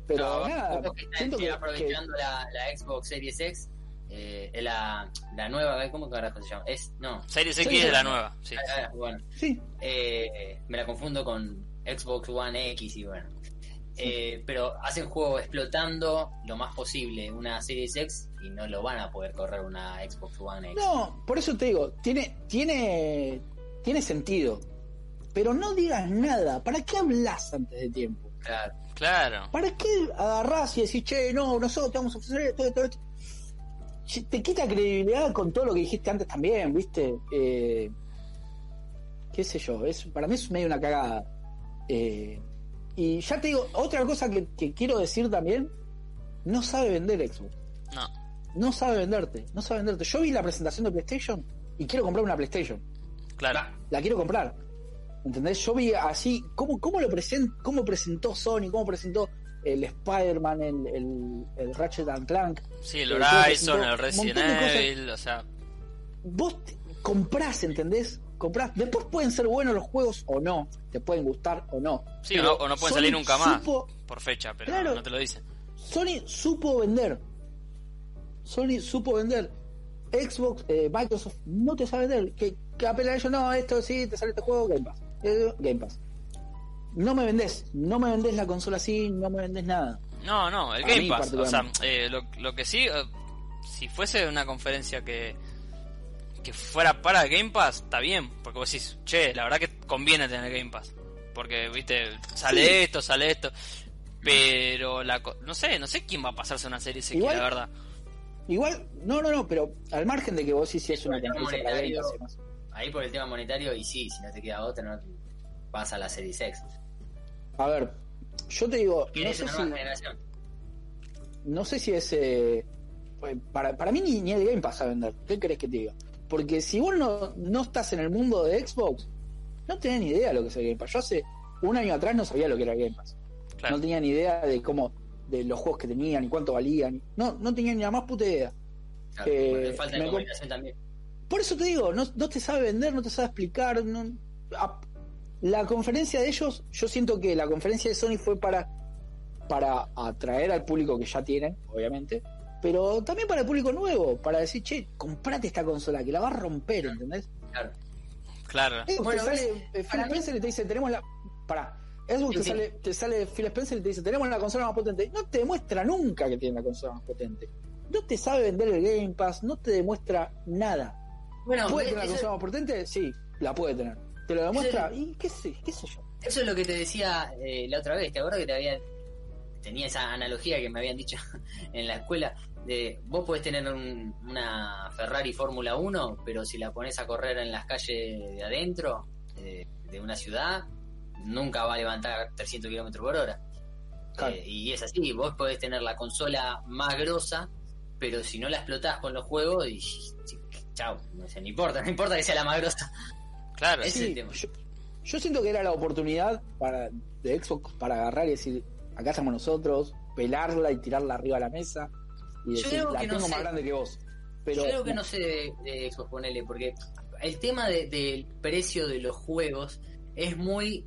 A: pero
C: No,
A: nada,
C: supongo que están
A: siento que, que-
C: aprovechando La, la Xbox Series X, eh, la, la nueva, ¿cómo carajo se llama? Es, no,
B: Series
A: Sí,
B: X es
A: sí.
B: la nueva. Sí.
C: Ah, ah, bueno,
A: sí,
C: eh, me la confundo con Xbox One X y bueno. Eh, pero hacen juego explotando lo más posible una Series X y no lo van a poder correr una Xbox One X.
A: no, por eso te digo, tiene, tiene, tiene sentido. Pero no digas nada. ¿Para qué hablas antes de tiempo?
C: Claro.
B: Claro.
A: ¿Para qué agarrás y decís, che, no, nosotros te vamos a ofrecer esto, esto, esto? Che, Te quita credibilidad con todo lo que dijiste antes también, ¿viste? Eh, qué sé yo, es, para mí es medio una cagada. Eh, y ya te digo, otra cosa que, que quiero decir también, no sabe vender Xbox,
B: No.
A: no sabe venderte, no sabe venderte. Yo vi la presentación de PlayStation y quiero comprar una PlayStation
B: Claro.
A: la quiero comprar. ¿Entendés? Yo vi así, ¿cómo, cómo lo present, cómo presentó Sony? ¿Cómo presentó el Spider-Man, el, el, el Ratchet and Clank?
B: Sí, el
A: Eh, creo que
B: Horizon,
A: presentó
B: el Resident
A: un montón de cosas.
B: Evil, o sea,
A: Vos te- comprás, ¿entendés? Comprás. Después pueden ser buenos los juegos o no, te pueden gustar o no.
B: sí,
A: Pero
B: o, no, o no pueden
A: Sony
B: salir nunca más
A: supo-
B: por fecha, pero
A: Claro.
B: no te lo dicen.
A: Sony supo vender. Sony supo vender. Xbox, eh, Microsoft no te sabe vender. Que, que apela a ellos, no, esto sí, te sale este juego, Game Pass. Eh, Game Pass. no me vendés, no me vendés la consola así, no me vendés nada.
B: No, no, el
A: A
B: Game
A: mí
B: Pass. O sea,
A: particularmente.
B: eh, lo, lo que sí, eh, si fuese una conferencia que, que fuera para el Game Pass, está bien. Porque vos decís, che, la verdad que conviene tener Game Pass. Porque, viste, sale
A: Sí.
B: esto, sale esto. Pero, la, co- no sé, no sé quién va a pasarse una serie X,
A: Igual-
B: la verdad.
A: Igual, no, no, no, pero al margen de que vos sí, sí es una
C: Pero
A: conferencia para Game
C: monetario.
A: Pass y demás.
C: Ahí por el tema monetario, y sí, si no te queda otra, no te- vas a la Series X.
A: A ver, yo te digo, no
C: ¿Quieres
A: sé
C: una
A: si,
C: nueva generación?
A: no sé si es. eh, para, para mí ni, ni el Game Pass a vender. ¿Qué crees que te diga? Porque si vos no, no estás en el mundo de Xbox, no tenés ni idea de lo que es el Game Pass. Yo hace un año atrás no sabía lo que era el Game Pass.
B: Claro.
A: No tenía ni idea de cómo. de los juegos que tenían y cuánto valían. No, no tenía ni la más puta idea.
C: Claro,
A: Eh,
C: porque falta de
A: me-
C: comunicación también.
A: Por eso te digo, no, no te sabe vender, no te sabe explicar. no- a- la conferencia de ellos, yo siento que la conferencia de Sony fue para, para atraer al público que ya tienen, obviamente, pero también para el público nuevo, para decir, che, comprate esta consola que la va a romper, ¿entendés?
C: Claro.
B: Claro.
A: Xbox
C: Bueno,
A: te sale
C: ves,
A: eh, Phil
C: para mí-
A: Spencer y te dice, tenemos la. Pará. Xbox
C: Sí,
A: te,
C: sí.
A: Sale, te sale Phil Spencer y te dice, tenemos la consola más potente. No te demuestra nunca que tiene la consola más potente. No te sabe vender el Game Pass, no te demuestra nada.
C: Bueno,
A: ¿Puede
C: eso,
A: tener la consola más potente? Sí, la puede tener. ¿Te lo demuestra? ¿Y qué sé, qué sé yo?
C: eso es lo que te decía eh, la otra vez. ¿Te acuerdas que te había, tenía esa analogía que me habían dicho en la escuela? De, vos podés tener un- una Ferrari Fórmula 1, pero si la pones a correr en las calles de adentro eh, de una ciudad, nunca va a levantar 300 kilómetros por hora.
A: Claro.
C: Eh, y es así, vos podés tener la consola más grosa, pero si no la explotás con los juegos, y, chao, no, sé, no importa, no importa que sea la más grosa.
B: Claro.
C: Ese es
A: Sí,
C: el tema.
A: yo, yo siento que era la oportunidad para, de Xbox para agarrar y decir, acá estamos nosotros, pelarla y tirarla arriba a la mesa y
C: Yo
A: decir,
C: creo
A: la
C: que no
A: tengo más
C: sé.
A: grande que vos. Pero
C: Yo creo que no sé de, de Xbox, ponele, porque el tema de- del precio de los juegos es muy,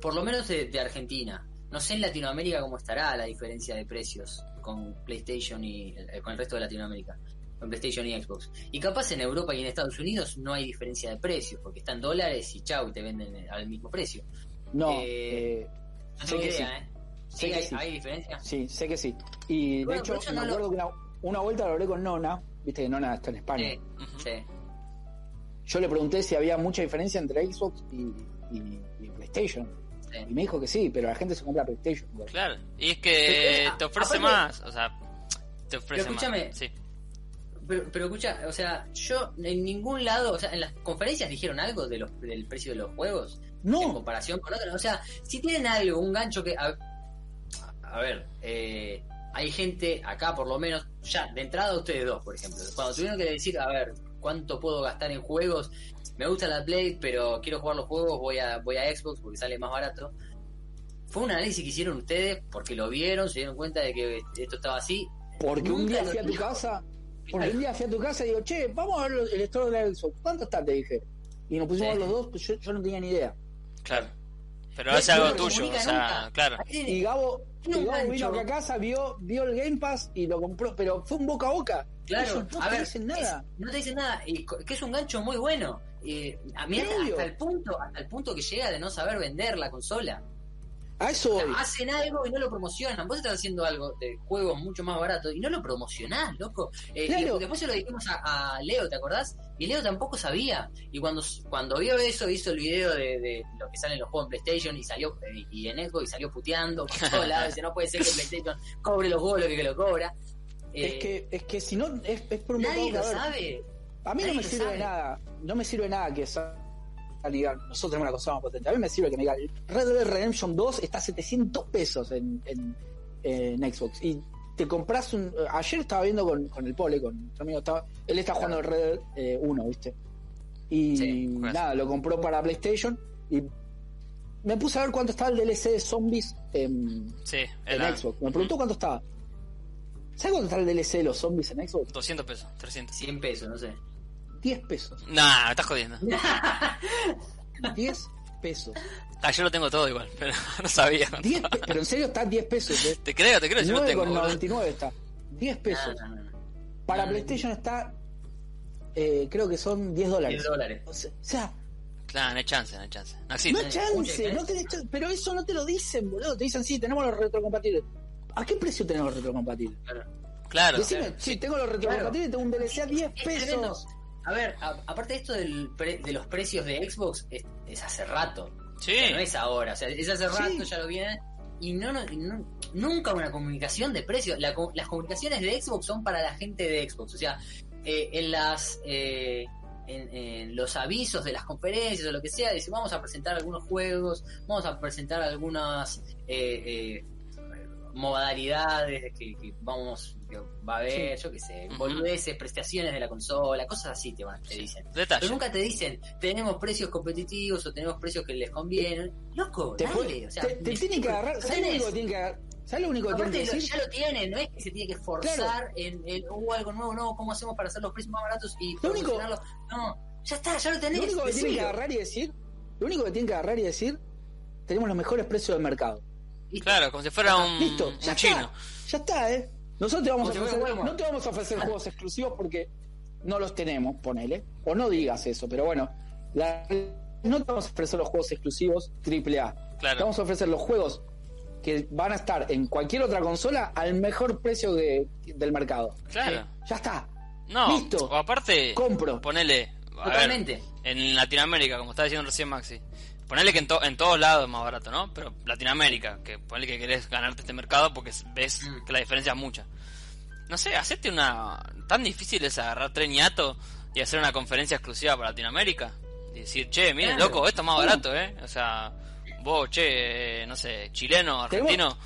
C: por lo menos de, de Argentina. No sé en Latinoamérica cómo estará la diferencia de precios con PlayStation y eh, con el resto de Latinoamérica, con PlayStation y Xbox. Y capaz en Europa y en Estados Unidos no hay diferencia de precios, porque están dólares y chau, y te venden al mismo precio.
A: no,
C: eh,
A: eh, Sé
C: No tengo
A: que
C: idea,
A: sí.
C: ¿eh?
A: Sé
C: Sí,
A: que
C: hay,
A: sí.
C: hay diferencia.
A: Sí, sé que sí. Y de
C: Bueno, pero
A: hecho,
C: eso
A: me
C: no lo-
A: acuerdo que una, una vuelta lo hablé con Nona, viste que Nona está en España.
C: Sí,
B: Ujú.
C: sí.
A: Yo le pregunté si había mucha diferencia entre Xbox y, y- y PlayStation.
C: Sí.
A: Y me dijo que sí, pero la gente se compra PlayStation.
B: Claro. Y es
C: Pero,
B: que
C: eh,
B: te ofrece
C: aparte-
B: más. O sea, te ofrece más.
C: escúchame.
B: Sí.
C: Pero, pero escucha, o sea, yo en ningún lado, o sea, en las conferencias dijeron algo de los, del precio de los juegos en
A: No,
C: comparación con otros. O sea, si tienen algo, un gancho que. A, a ver, eh, hay gente acá, por lo menos, ya de entrada, ustedes dos, por ejemplo, cuando tuvieron que decir, a ver, ¿cuánto puedo gastar en juegos? Me gusta la Play, pero quiero jugar los juegos, voy a, voy a Xbox porque sale más barato. Fue un análisis que hicieron ustedes porque lo vieron, se dieron cuenta de que esto estaba así.
A: porque un
C: Nunca
A: día
C: lo
A: fui a tu
C: dijo.
A: casa, porque un día fui a tu casa y digo, che, vamos a ver los- el store de la Xbox. ¿Cuánto está? Te dije. Y nos pusimos
C: Sí.
A: a ver los dos, pues yo, yo no tenía ni idea.
B: Claro. Pero
C: No,
B: hace algo
C: no lo
B: tuyo. O
C: comunica
B: sea,
C: nunca.
B: claro.
C: Ahí tiene-
A: Y Gabo,
C: No,
A: y Gabo
C: mancho.
A: vino acá a casa, vio, vio el Game Pass y lo compró, pero fue un boca a boca.
C: Claro,
A: Ellos no
C: a
A: te
C: ver,
A: dicen nada.
C: es- no te dicen nada, y co- que es un gancho muy bueno. Eh, a mí
A: Sí, obvio.
C: hasta el punto, hasta el punto que llega de no saber vender la consola.
A: A eso
C: O sea,
A: voy.
C: hacen algo y no lo promocionan. Vos estás haciendo algo de juegos mucho más barato y no lo promocionás, loco. Eh, y
A: Claro.
C: después se lo dijimos a, a Leo, ¿te acordás? Y Leo tampoco sabía. Y cuando, cuando vio eso, hizo el video de, de lo que sale en los juegos en PlayStation y salió eh, y en Xbox y salió puteando por todos lados. Dice, no puede ser que PlayStation cobre los juegos lo que, que lo cobra. Eh,
A: es, que, es que si no, es, es por un boca a
C: nadie
A: boca.
C: lo
A: a ver.
C: sabe.
A: A mí no
C: Nadie
A: me
C: lo
A: sirve
C: sabe.
A: de nada. No me sirve de nada que sa- digan, nosotros tenemos la consola más potente. A mí me sirve que me digan, Red Dead Redemption 2 está a 700 pesos en, en- en Xbox. Y te compras un... Ayer estaba viendo con, con el Pole, con nuestro amigo, estaba, él está jugando el Red Dead eh, 1, ¿viste? Y
C: Sí,
B: juegas.
A: nada, lo compró para PlayStation y me puse a ver cuánto estaba el DLC de Zombies en,
B: Sí.
A: en
B: era
A: Xbox. Me
C: Mm.
A: preguntó cuánto estaba. ¿Sabes cuánto está el DLC de los zombies en Xbox?
B: 200 pesos. 300.
C: 100 pesos, no sé.
A: 10 pesos.
B: Nah, me estás jodiendo.
A: 10 pesos.
B: Ah, yo lo tengo todo igual, pero no sabía.
A: 10 pe- pero en serio está 10 pesos. eh.
B: Te creo, te creo, yo lo tengo. boludo.
A: 9,99 está. 10 pesos.
C: No, no, no, Ah, no.
A: Para
C: no.
A: PlayStation está, eh, creo que son 10 dólares.
C: 10 dólares.
A: O sea,
B: Claro, no hay chance, no hay chance. No
A: No hay
B: existe.
A: chance, no tenés chance. Pero eso no te lo dicen, boludo. Te dicen, sí, tenemos los retrocompatibles. ¿A qué precio tenemos los retrocompatibles?
B: Claro.
A: Decime,
B: claro.
A: sí, tengo los retrocompatibles, tengo un DLC a 10
C: Es tremendo.
A: pesos.
C: A ver, a- aparte de esto del pre- de los precios de Xbox, es, es hace rato.
B: Sí.
C: O sea, no es ahora, o sea, es hace rato,
A: Sí.
C: ya lo viene. Y no, no, y no- nunca una comunicación de precios. La co- las comunicaciones de Xbox son para la gente de Xbox. O sea, eh, en las eh, en, en los avisos de las conferencias o lo que sea, dice vamos a presentar algunos juegos, vamos a presentar algunas eh, eh, modalidades que, que vamos que va a haber, yo qué sé,
B: Ujú.
C: boludeces, prestaciones de la consola, cosas así te, van, te dicen.
B: Detalle.
C: Pero nunca te dicen, tenemos precios competitivos o tenemos precios que les convienen. Loco,
A: Te,
C: dale, o sea,
A: te- te tienen que agarrar. ¿Sabes lo único que tienen que agarrar? ¿Sabes lo único que tienen
C: Aparte
A: que
C: lo-
A: decir?
C: ya lo tienen, no es que se tiene que forzar
A: Claro.
C: en, en "Uh, algo nuevo, no, ¿cómo hacemos para hacer los precios más baratos y
A: Lo único-
C: promocionarlos? No, ya está, ya lo tenés.
A: Lo único que tienen que
C: decilo.
A: agarrar y decir, lo único que tienen que agarrar y decir, tenemos los mejores precios del mercado.
C: Listo.
B: Claro, como si fuera un,
A: Listo,
B: un
A: ya
B: Mm, chino.
A: está. Ya está, eh. Nosotros te vamos
C: Como
A: a
C: si fuera
A: ofrecer,
C: Walmart.
A: no te vamos a ofrecer juegos exclusivos porque no los tenemos, ponele. O no digas eso, pero bueno, la- no te vamos a ofrecer los juegos exclusivos AAA.
B: Claro.
A: Te vamos a ofrecer los juegos que van a estar en cualquier otra consola al mejor precio de- del mercado.
B: Claro.
A: Ya está.
B: No,
A: Listo.
B: o aparte,
A: Compro.
B: ponele. a ver,
C: Totalmente.
B: en Latinoamérica, como estaba diciendo recién Maxi, ponele que en, to- en todos lados es más barato, ¿no? Pero Latinoamérica, que ponele que querés ganarte este mercado porque s- ves
C: Mm.
B: que la diferencia es mucha. No sé, hacerte una. Tan difícil es agarrar tren y ato y hacer una conferencia exclusiva para Latinoamérica. Y decir, che, miren,
C: Claro.
B: loco, esto es más
A: Bueno.
B: barato, ¿eh? O sea, vos, che, eh, no sé, chileno,
A: Tenemos-
B: argentino.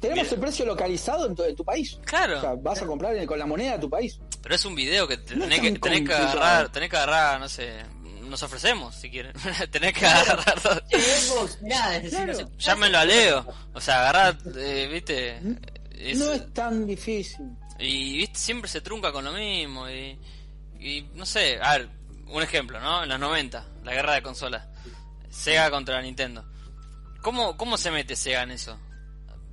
A: Tenemos
B: Bien.
A: el precio localizado en tu, en tu país.
B: Claro.
A: O sea, vas a comprar en- con la moneda de tu país.
B: Pero es un video que te-
A: No es
B: tenés, que,
A: tan
B: tenés que
A: complicado.
B: agarrar, tenés que agarrar, no sé, nos ofrecemos si quieren. tenés que agarrar.
C: Che, Xbox, mirá, es-
A: Claro.
C: no sé,
B: Llámenlo a Leo. O sea, agarrar, eh, viste. Es-
A: No es tan difícil.
B: Y viste, siempre se trunca con lo mismo. Y, y no sé, a ver, un ejemplo, ¿no? En los 90, la guerra de consolas. Sega contra Nintendo. ¿Cómo, cómo se mete Sega en eso?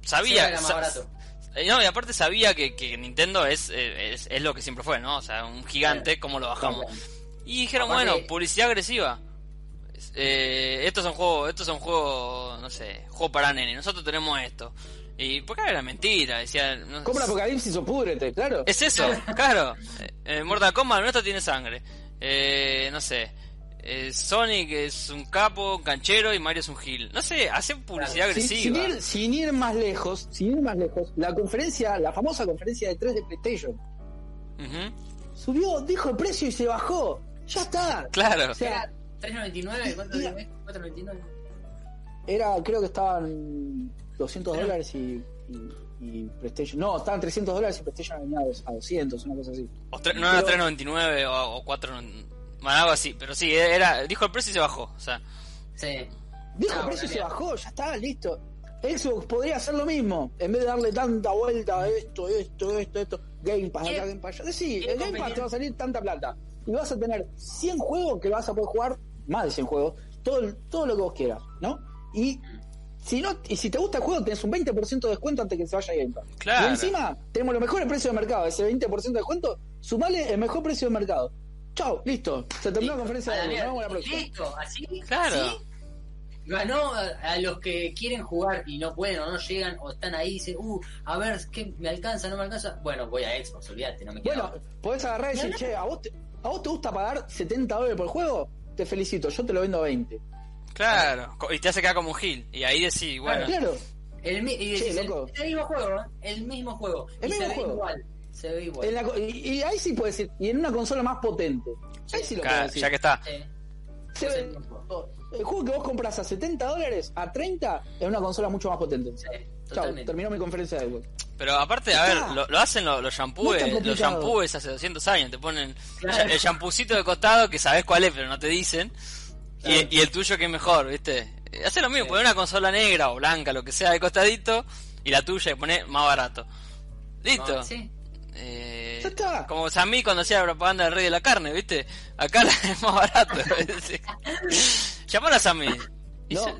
B: Sabía.
C: Sega era más
B: sa-
C: barato.
B: eh, No, y aparte sabía que, que Nintendo es, eh, es, es lo que siempre fue, ¿no? O sea, un gigante, ¿cómo lo bajamos? Y dijeron,
C: Aparte-
B: bueno, publicidad agresiva. Eh, estos son juegos, estos son juegos, no sé, juego para nene. Nosotros tenemos esto. Y porque era mentira, decía. No,
A: Compra Apocalipsis o púdrete, claro.
B: es eso, claro. Eh, Mortal Kombat el nuestro tiene sangre. Eh, no sé. Eh, Sonic es un capo, un canchero y Mario es un gil. No sé, hacen publicidad
A: Sin, sin
B: agresiva.
A: ir, sin ir más lejos, sin ir más lejos, la conferencia, la famosa conferencia de 3 de PlayStation,
B: Ujú,
A: subió, dijo el precio y se bajó. Ya está.
B: Claro.
A: O sea,
C: Era 3.99, ¿cuánto
A: Mira.
C: es? 4.99.
A: era, creo que estaban 200 dólares y, y- y PlayStation. No, estaban 300 dólares y PlayStation venía a dos- a 200, una cosa así.
B: O tre- no era
A: Pero-
B: 3.99 o, o 4. Bueno, algo así, pero sí, e, era, dijo el precio y se bajó. O sea,
C: Sí.
A: Dijo
C: Ah,
A: el precio y
C: bueno,
A: se
C: mira.
A: bajó, ya está, listo. Xbox podría hacer lo mismo, en vez de darle tanta vuelta a esto, esto, esto, esto, Game Pass,
C: ¿Quiere-
A: acá, Game Pass. allá. Sí,
C: quiere
A: el Game Pass
C: competir?
A: te va a salir tanta plata. Y vas a tener 100 juegos que vas a poder jugar, más de 100 juegos, todo, el- todo lo que vos quieras, ¿no? Y si no y si te gusta el juego, tenés un 20% de descuento antes que se vaya Game Pass.
B: Claro.
A: Y encima, tenemos los mejores precios de mercado. Ese 20% de descuento, sumale el mejor precio de mercado. Chau, listo. Se terminó la conferencia
C: A la
A: de hoy. Nos
C: mierda.
A: vemos la próxima.
C: Listo, así.
B: Claro.
C: así. Ganó a, a los que quieren jugar y no pueden o no llegan o están ahí y dicen, uh, a ver, ¿qué me alcanza? ¿No me alcanza? Bueno, voy a Xbox, olvídate, no me queda.
A: Bueno,
C: otra.
A: podés agarrar y decir, che, ¿a vos, te, ¿a vos te gusta pagar 70 dólares por juego? Te felicito, yo te lo vendo a 20.
B: claro. co- Y te hace quedar como un gil. Y ahí decís, bueno,
A: Claro,
C: El, mi- y
A: Che,
C: decís, el,
A: loco.
C: el mismo juego, ¿eh? El mismo juego.
A: El
C: y
A: mismo
C: se
A: juego.
C: ve igual. Se ve igual.
A: en la co- y, y ahí sí puedes decir, y en una consola más potente. Ahí sí lo
B: ca-
A: puedes decir.
B: ya que está.
C: Sí.
A: Se
C: es
A: ve-
C: el tiempo.
A: el juego que vos compras a 70 dólares, a 30, en una consola mucho más potente.
C: Sí,
A: Chao,
C: totalmente.
A: terminó mi conferencia de Xbox.
B: Pero aparte, a
A: Ya
B: ver,
A: está.
B: lo, lo hacen lo- los
A: No es
B: shampoos, eh,
A: tan
B: los
A: complicado.
B: shampoos hace 200 años, te ponen
C: Claro.
B: el shampoocito de costado que sabes cuál es, pero no te dicen, y-
C: Claro.
B: y, el tuyo que es mejor, ¿viste? Eh, Hace lo mismo,
C: Sí.
B: poner una consola negra o blanca, lo que sea, de costadito, y la tuya y pones más barato. Listo.
C: No, sí.
B: Eh,
A: Ya está.
B: Como Sammy cuando hacía la propaganda del rey de la carne, ¿viste? Acá la- es más barato. Sí. Llamar a Sammy. Y
A: No,
B: se-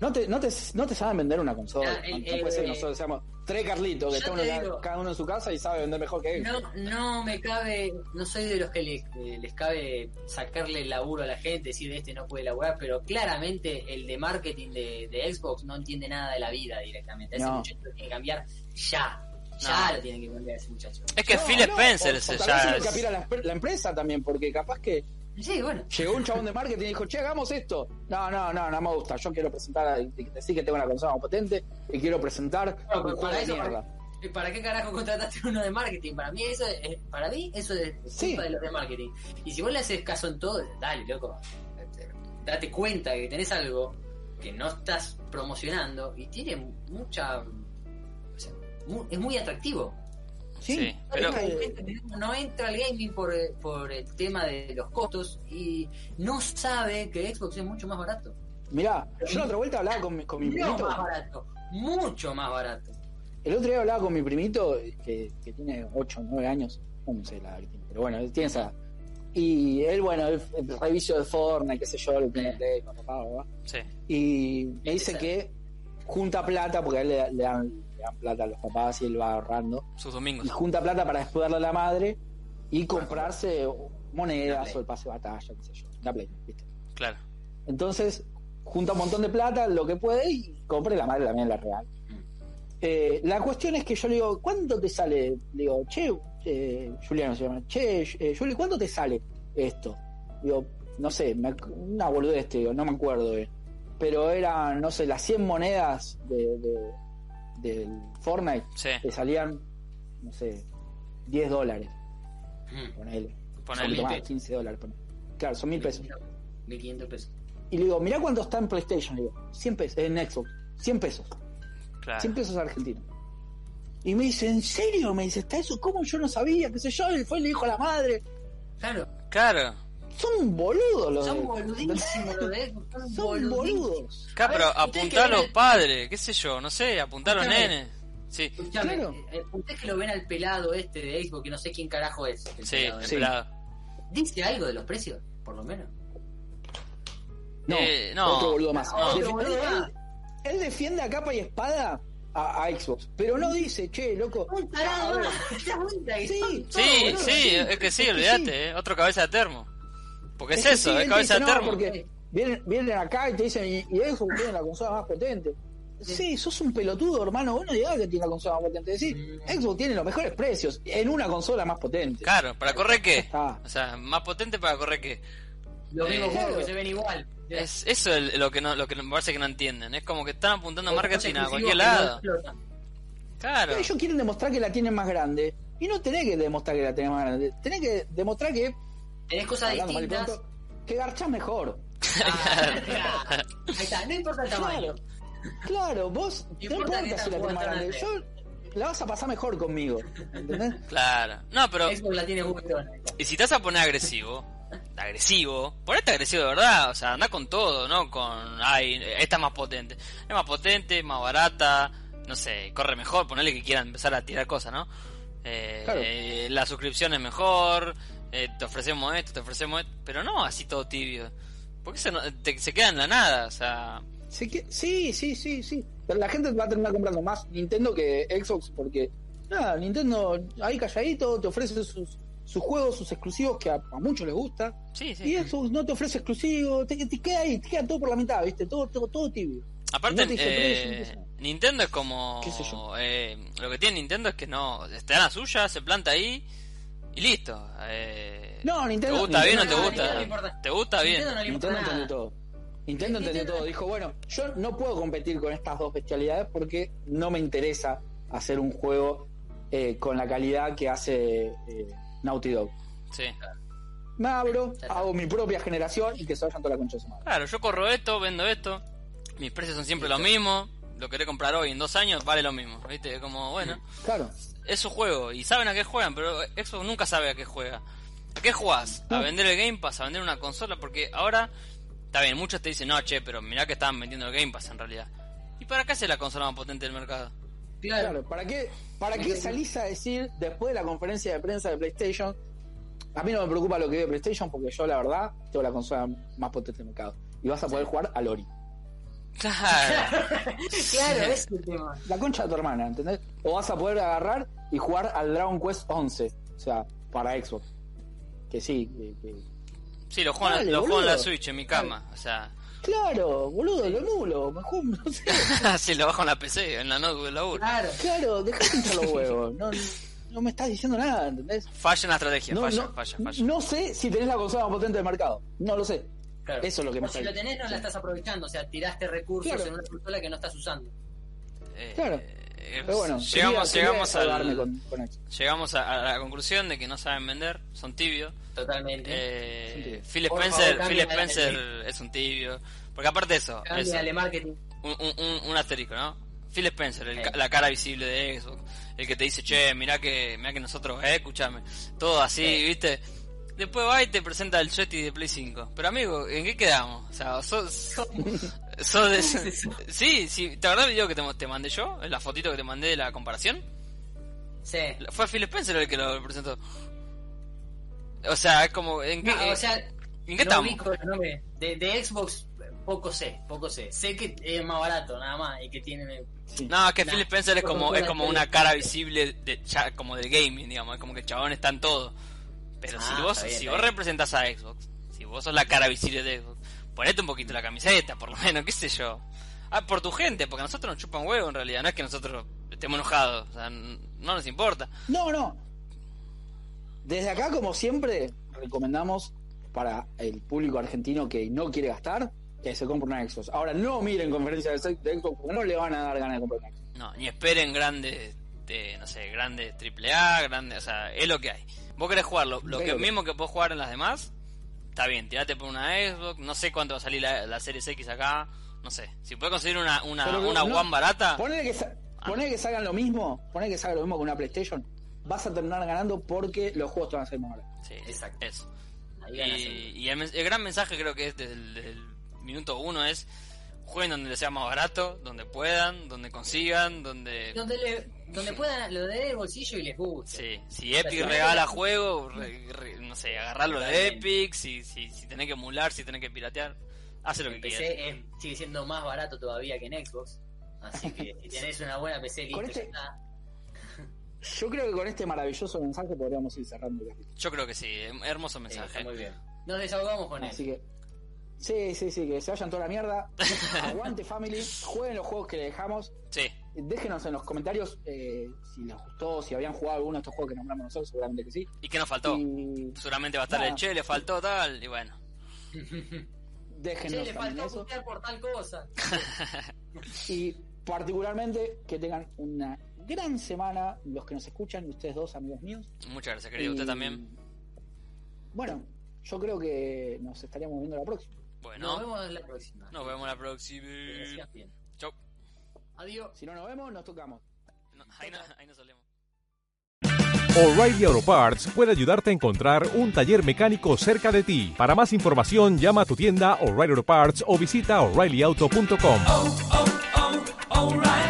A: No te, no, te, no te saben vender una consola.
C: Ah, eh,
A: no
C: eh,
A: puede ser que
C: eh.
A: nosotros seamos tres Carlitos, que
C: Ya
A: está
C: te
A: uno en la-
C: digo.
A: cada uno en su casa y sabe vender mejor que él.
C: No, no me cabe, no soy de los que le- eh, les cabe sacarle el laburo a la gente, decir este no puede laburar, pero claramente el de marketing de, de Xbox no entiende nada de la vida directamente. Ese
A: No.
C: muchacho lo tiene que cambiar ya. Ya
B: No.
C: lo tiene que cambiar ese muchacho.
B: Es que
A: No,
B: Phil
A: no,
B: Spencer
A: o-
B: ese
A: o tal vez
B: ya
A: es lo
B: es-
A: que aspira la, la empresa también, porque capaz que
C: Sí, bueno.
A: llegó un chabón de marketing y dijo, che, hagamos esto. No, no, no, no me gusta. Yo quiero presentar, a- decir que tengo una consola más potente y quiero presentar
C: pero
A: un juego
C: para
A: de
C: eso-
A: mierda.
C: ¿Y ¿Para qué carajo contrataste uno de marketing? Para mí eso es, para mí eso es culpa
A: Sí.
C: de los de marketing. Y si vos le haces caso en todo, dale, loco. Este, Date cuenta que tenés algo que no estás promocionando y tiene mucha o sea, mu- es muy atractivo.
A: Sí,
B: Sí, pero-
A: es que-
C: No entra al gaming por, eh, por el tema de los costos y no sabe que Xbox es mucho más barato.
A: Mirá, yo la otra vuelta hablaba con mi, con mi
C: Mucho
A: primito.
C: más barato. Mucho más barato.
A: El otro día hablaba con mi primito, que, que tiene 8 o 9 años, 11 la verdad, pero bueno, él tiene esa. Y él, bueno, el, el reviso de Fortnite, qué sé yo, lo tiene en Play, papá, papá, papá.
B: Sí.
A: Y me dice que junta plata, porque a él le, le dan, le dan plata a los papás y él va ahorrando,
B: Sus
A: y
B: domingos.
A: junta plata para después darle a la madre y comprarse monedas o el pase de batalla, qué sé yo, la Play, ¿viste?
B: Claro.
A: Entonces, junta un montón de plata, lo que puede, y compre la madre también la real. Eh, la cuestión es que yo le digo, ¿cuánto te sale? Le digo, che, eh, Juliano se llama, che, eh, Juli, ¿cuánto te sale esto? Digo, no sé, me ac- una boludez, te digo, no me acuerdo. eh. Pero eran, no sé, las 100 monedas de, de- del Fortnite,
B: Sí.
A: te salían, no sé, 10 dólares,
C: Mm.
A: ponele.
B: Ponele.
A: Son más, 15 dólares, ponele. Claro, son mil pesos.
C: 1500 pesos.
A: Y le digo, mirá cuánto está en PlayStation, le digo, 100 pesos, en Xbox, 100 pesos,
B: Claro.
A: 100 pesos argentinos. Y me dice, ¿en serio? Me dice, ¿está eso? ¿Cómo yo no sabía? ¿Qué sé yo? Y fue y le dijo a la madre,
C: Claro.
B: Claro.
A: son boludos los
C: Son
A: de-
C: boludísimos los de Xbox, son,
A: Son
C: boludísimos.
A: boludos.
B: Acá, pero
C: A ver, ustedes
B: apuntar a los
C: quieren-
B: padres, qué sé yo, no sé, apuntar a los
C: Escuchame.
B: nenes. Sí,
C: Escuchame,
A: Claro.
C: eh, ustedes que lo ven al pelado este de Xbox, que no sé quién carajo es. el
B: sí,
C: pelado, ¿eh?
A: Sí.
B: pelado.
C: ¿Dice algo de los precios? Por lo menos.
A: No,
B: Eh, no.
A: otro boludo más.
B: No.
A: Defi-
C: Otro boludo
A: él-
C: más.
A: él, él defiende a capa y espada a, a Xbox, pero no dice, che, loco.
C: Un tarado
A: a ver,
C: más. ¿Te das cuenta que
A: Sí.
C: son todos
B: Sí,
C: boludos?
B: sí, es que sí,
A: es que sí.
B: olvídate, eh, otro cabeza de termo. Porque es,
A: que
B: eso,
A: sí,
B: es
A: él
B: cabeza
A: te dice,
B: de
A: "No,
B: termo.
A: porque vienen, vienen acá y te dicen, y, y Xbox tiene la consola más potente. Sí, sos un pelotudo, hermano. Uno diga que tiene la consola más potente. Decís, Xbox tiene los mejores precios en una consola más potente.
B: Claro, ¿para correr qué?
A: Ah.
B: O sea, más potente para correr qué.
C: Los mismos
B: Eh,
C: juegos que
A: claro.
C: se ven igual.
B: Es eso es lo que no, lo que me parece que no entienden. Es como que están apuntando a
C: Los
B: marketing a
C: exclusivos
B: cualquier
C: que
B: lado.
C: no explotan.
B: Claro.
A: Pero ellos quieren demostrar que la tienen más grande. Y no tenés que demostrar que la tenés más grande. Tenés que demostrar que,
C: Tenés cosas
A: hablando mal y
C: distintas.
A: pronto, que garchás mejor.
C: Ah, claro. Ahí está, no importa el tamaño.
A: Claro, claro, vos
C: No
A: no
C: importa
A: importa
C: que
A: si la
C: tan
A: tenés más
C: guatana
A: grande.
C: sea.
A: Yo la vas a pasar mejor conmigo. ¿Entendés?
B: Claro. No, pero
C: Xbox la tiene juguetona.
B: y si te vas a poner agresivo, agresivo, ponete agresivo de verdad, o sea, anda con todo, ¿no? Con, ay, esta es más potente. Es más potente, más barata, no sé, corre mejor, ponele que quieran empezar a tirar cosas, ¿no? Eh,
A: Claro.
B: eh, la suscripción es mejor, eh, te ofrecemos esto, te ofrecemos esto, pero no así todo tibio. Porque se, no- te- se queda en la nada, o sea,
A: Sí, que- sí, sí, sí, sí. Pero la gente va a terminar comprando más Nintendo que Xbox porque, nada, Nintendo ahí calladito te ofrece sus, sus juegos, sus exclusivos que a, a muchos les gusta.
B: sí, sí.
A: Y Xbox no te ofrece exclusivos, te, te queda ahí, te queda todo por la mitad, ¿viste? Todo, todo, todo tibio.
B: Aparte,
A: No te dice
B: eh,
A: precio, qué sé
B: Nintendo es como.
A: Qué sé yo.
B: eh, lo que tiene Nintendo es que no. Está en la suya, se planta ahí y listo. Eh,
A: No, Nintendo-
B: ¿Te gusta bien o te
A: Nintendo-
B: gusta?
C: Nintendo no importa.
B: te gusta bien.
C: Nintendo no le importa
A: Nintendo entendió
C: nada.
A: todo. Nintendo entendió
C: Nintendo-
A: todo. Dijo, bueno, yo no puedo competir con estas dos bestialidades porque no me interesa hacer un juego eh, con la calidad que hace eh, Naughty Dog.
B: Sí.
A: Me abro,
C: está.
A: hago mi propia generación y que se vayan toda la concha de su madre.
B: Claro, yo corro esto, vendo esto. Mis precios son siempre los mismos. Lo querés comprar hoy en dos años, vale lo mismo. ¿Viste? Es Como, bueno.
A: Claro.
B: Es su juego y saben a qué juegan, pero Xbox nunca sabe a qué juega. ¿A qué jugás? ¿A vender el Game Pass? ¿A vender una consola? Porque ahora, está bien, muchos te dicen, no, che, pero mirá que estaban vendiendo el Game Pass en realidad. ¿Y para qué hace la consola más potente del mercado?
C: Claro.
A: Claro, ¿para qué, para qué salís a decir después de la conferencia de prensa de PlayStation? A mí no me preocupa lo que ve PlayStation porque yo, la verdad, tengo la consola más potente del mercado. Y vas a poder jugar a Lori.
B: Claro.
C: claro, es el tema.
A: La concha de tu hermana, ¿entendés? O vas a poder agarrar y jugar al Dragon Quest 11. O sea, para Xbox. Que sí. que- que-
B: Sí, lo juego, en-
A: Dale,
B: lo juego en la
A: boludo.
B: Switch, en mi cama. O sea,
A: Claro, boludo, lo nulo. Mejor, no sé.
B: si lo bajo en la PC, en la notebook del
A: Ah.
B: laburo.
C: Claro.
A: Claro, dejá de hinchar los huevos. No, no me estás diciendo nada, ¿entendés?
B: Falla en la estrategia,
A: No,
B: falla,
A: no,
B: falla, falla.
A: no sé si tenés la consola más potente del mercado. No lo sé.
C: Claro.
A: Eso es lo que
C: O
A: me
C: si
A: sale.
C: lo tenés, no la estás aprovechando. O sea, tiraste recursos
A: Claro.
C: en una consola que no estás usando.
B: Eh,
A: Claro.
B: eh,
A: Pero bueno,
B: llegamos,
A: quería- quería
B: llegamos,
A: desahogarme
B: al,
A: con, con esto.
B: llegamos a, a la conclusión de que no saben vender, son tibios.
C: Totalmente.
B: Eh,
A: Sí.
B: Phil
C: Por
B: Spencer,
C: favor,
B: Phil
C: cambia la-
B: Spencer es un tibio. Porque aparte de eso,
C: Cambia
B: eso,
C: de marketing.
B: un, un- un- un asterisco, ¿no? Phil Spencer, el
C: Sí.
B: ca- la cara visible de Xbox, el que te dice, che, mirá que, mirá que nosotros, eh, escúchame, todo así,
C: Sí.
B: ¿viste? Después va y te presenta el joystick de Play 5. Pero amigo, ¿en qué quedamos? O sea, sos... sos de- sí, sí, ¿te acordás el video que te, te mandé yo? La fotito que te mandé de la comparación.
C: Sí.
B: Fue Phil Spencer el que lo presentó. O sea, es como... ¿En qué, eh,
C: No, o sea,
B: ¿en qué
C: no
B: estamos?
C: ubico los nombres. De, de Xbox, poco sé, poco sé. Sé que es más barato, nada más. Y que tiene.
B: No, es que
C: No,
B: Phil Spencer es
C: no
B: como,
C: controla
B: es como
C: el
B: una
C: teléfono.
B: cara visible de, ya, como del gaming, digamos, es como que el chabón está en todo. Pero
C: Ah,
B: si vos,
C: está bien,
B: si
C: está
B: vos
C: bien.
B: representás a Xbox, si vos sos la cara visible de Xbox, ponete un poquito la camiseta, por lo menos, qué sé yo. Ah, por tu gente, porque a nosotros nos chupan huevo en realidad, no es que nosotros estemos enojados, o sea, n- no nos importa.
A: No, no. Desde acá, como siempre, recomendamos para el público argentino que no quiere gastar que se compre una Xbox. Ahora, no miren conferencias de de Xbox porque no le van a dar ganas de comprar una Xbox.
B: No, ni esperen grandes, este, no sé, grandes AAA, grandes, o sea, es lo que hay. Vos querés jugar lo, lo
A: Es
B: que
A: lo que-
B: mismo que podés jugar en las demás, está bien, tirate por una Xbox, no sé cuánto va a salir la, la Series X acá, no sé. Si podés conseguir una, una,
A: Pero que
B: una
A: no-
B: One barata,
A: Ponele que, sa-
B: Ah.
A: ponele que salgan lo mismo, ponele que salgan lo mismo que una PlayStation, vas a terminar ganando porque los juegos te van a ser más baratos.
B: sí,
C: Exacto.
B: eso.
C: Ahí
B: Y,
C: ganas el-
B: y el, men- el gran mensaje creo que es desde el, desde el minuto uno es jueguen donde les sea más barato, donde puedan, donde consigan, donde...
C: Donde, le, donde puedan, lo den el bolsillo y les guste.
B: Sí, si Epic
C: Gracias.
B: regala juego, re- re- no sé, agarrarlo de
C: Totalmente.
B: Epic, si, si, si tenés que emular, si tenés que piratear, hace lo que
C: El
B: quieras.
C: PC es- sigue siendo más barato todavía que en Xbox. Así que si tenés una buena PC, listo,
A: Con
C: ya
A: este-
C: está.
A: Yo creo que con este maravilloso mensaje podríamos ir cerrando el capítulo.
B: Yo creo que sí, eh, hermoso
C: Sí, está
B: mensaje.
C: muy bien. Nos desahogamos con
A: Así
C: él.
A: que, sí, sí, sí, que se vayan toda la mierda. Aguante, family. Jueguen los juegos que le dejamos.
B: Sí,
A: Déjenos en los comentarios eh, si les gustó, si habían jugado alguno de estos juegos que nombramos nosotros, seguramente que sí.
B: ¿y qué nos faltó?
A: Y
B: Seguramente va a estar el
A: Nada.
B: che, le faltó tal, y bueno.
A: déjenos
C: Che, le
A: también
C: faltó
A: eso.
C: putear por tal cosa.
A: Y particularmente que tengan una gran semana los que nos escuchan, ustedes dos, amigos míos.
B: Muchas gracias, querido.
A: Y,
B: Usted también.
A: Bueno, yo creo que nos estaríamos viendo la próxima.
C: Nos
B: Bueno,
C: vemos la próxima.
B: nos vemos la
C: Que la
B: próxima.
C: sigas bien.
B: Chau.
C: Adiós.
A: Si no nos vemos, nos tocamos.
B: No, ahí, no, ahí nos solemos.
D: O'Reilly Auto Parts puede ayudarte a encontrar un taller mecánico cerca de ti. Para más información, llama a tu tienda O'Reilly Auto Parts o visita oreillyauto.com.
E: oh, oh, O'Reilly.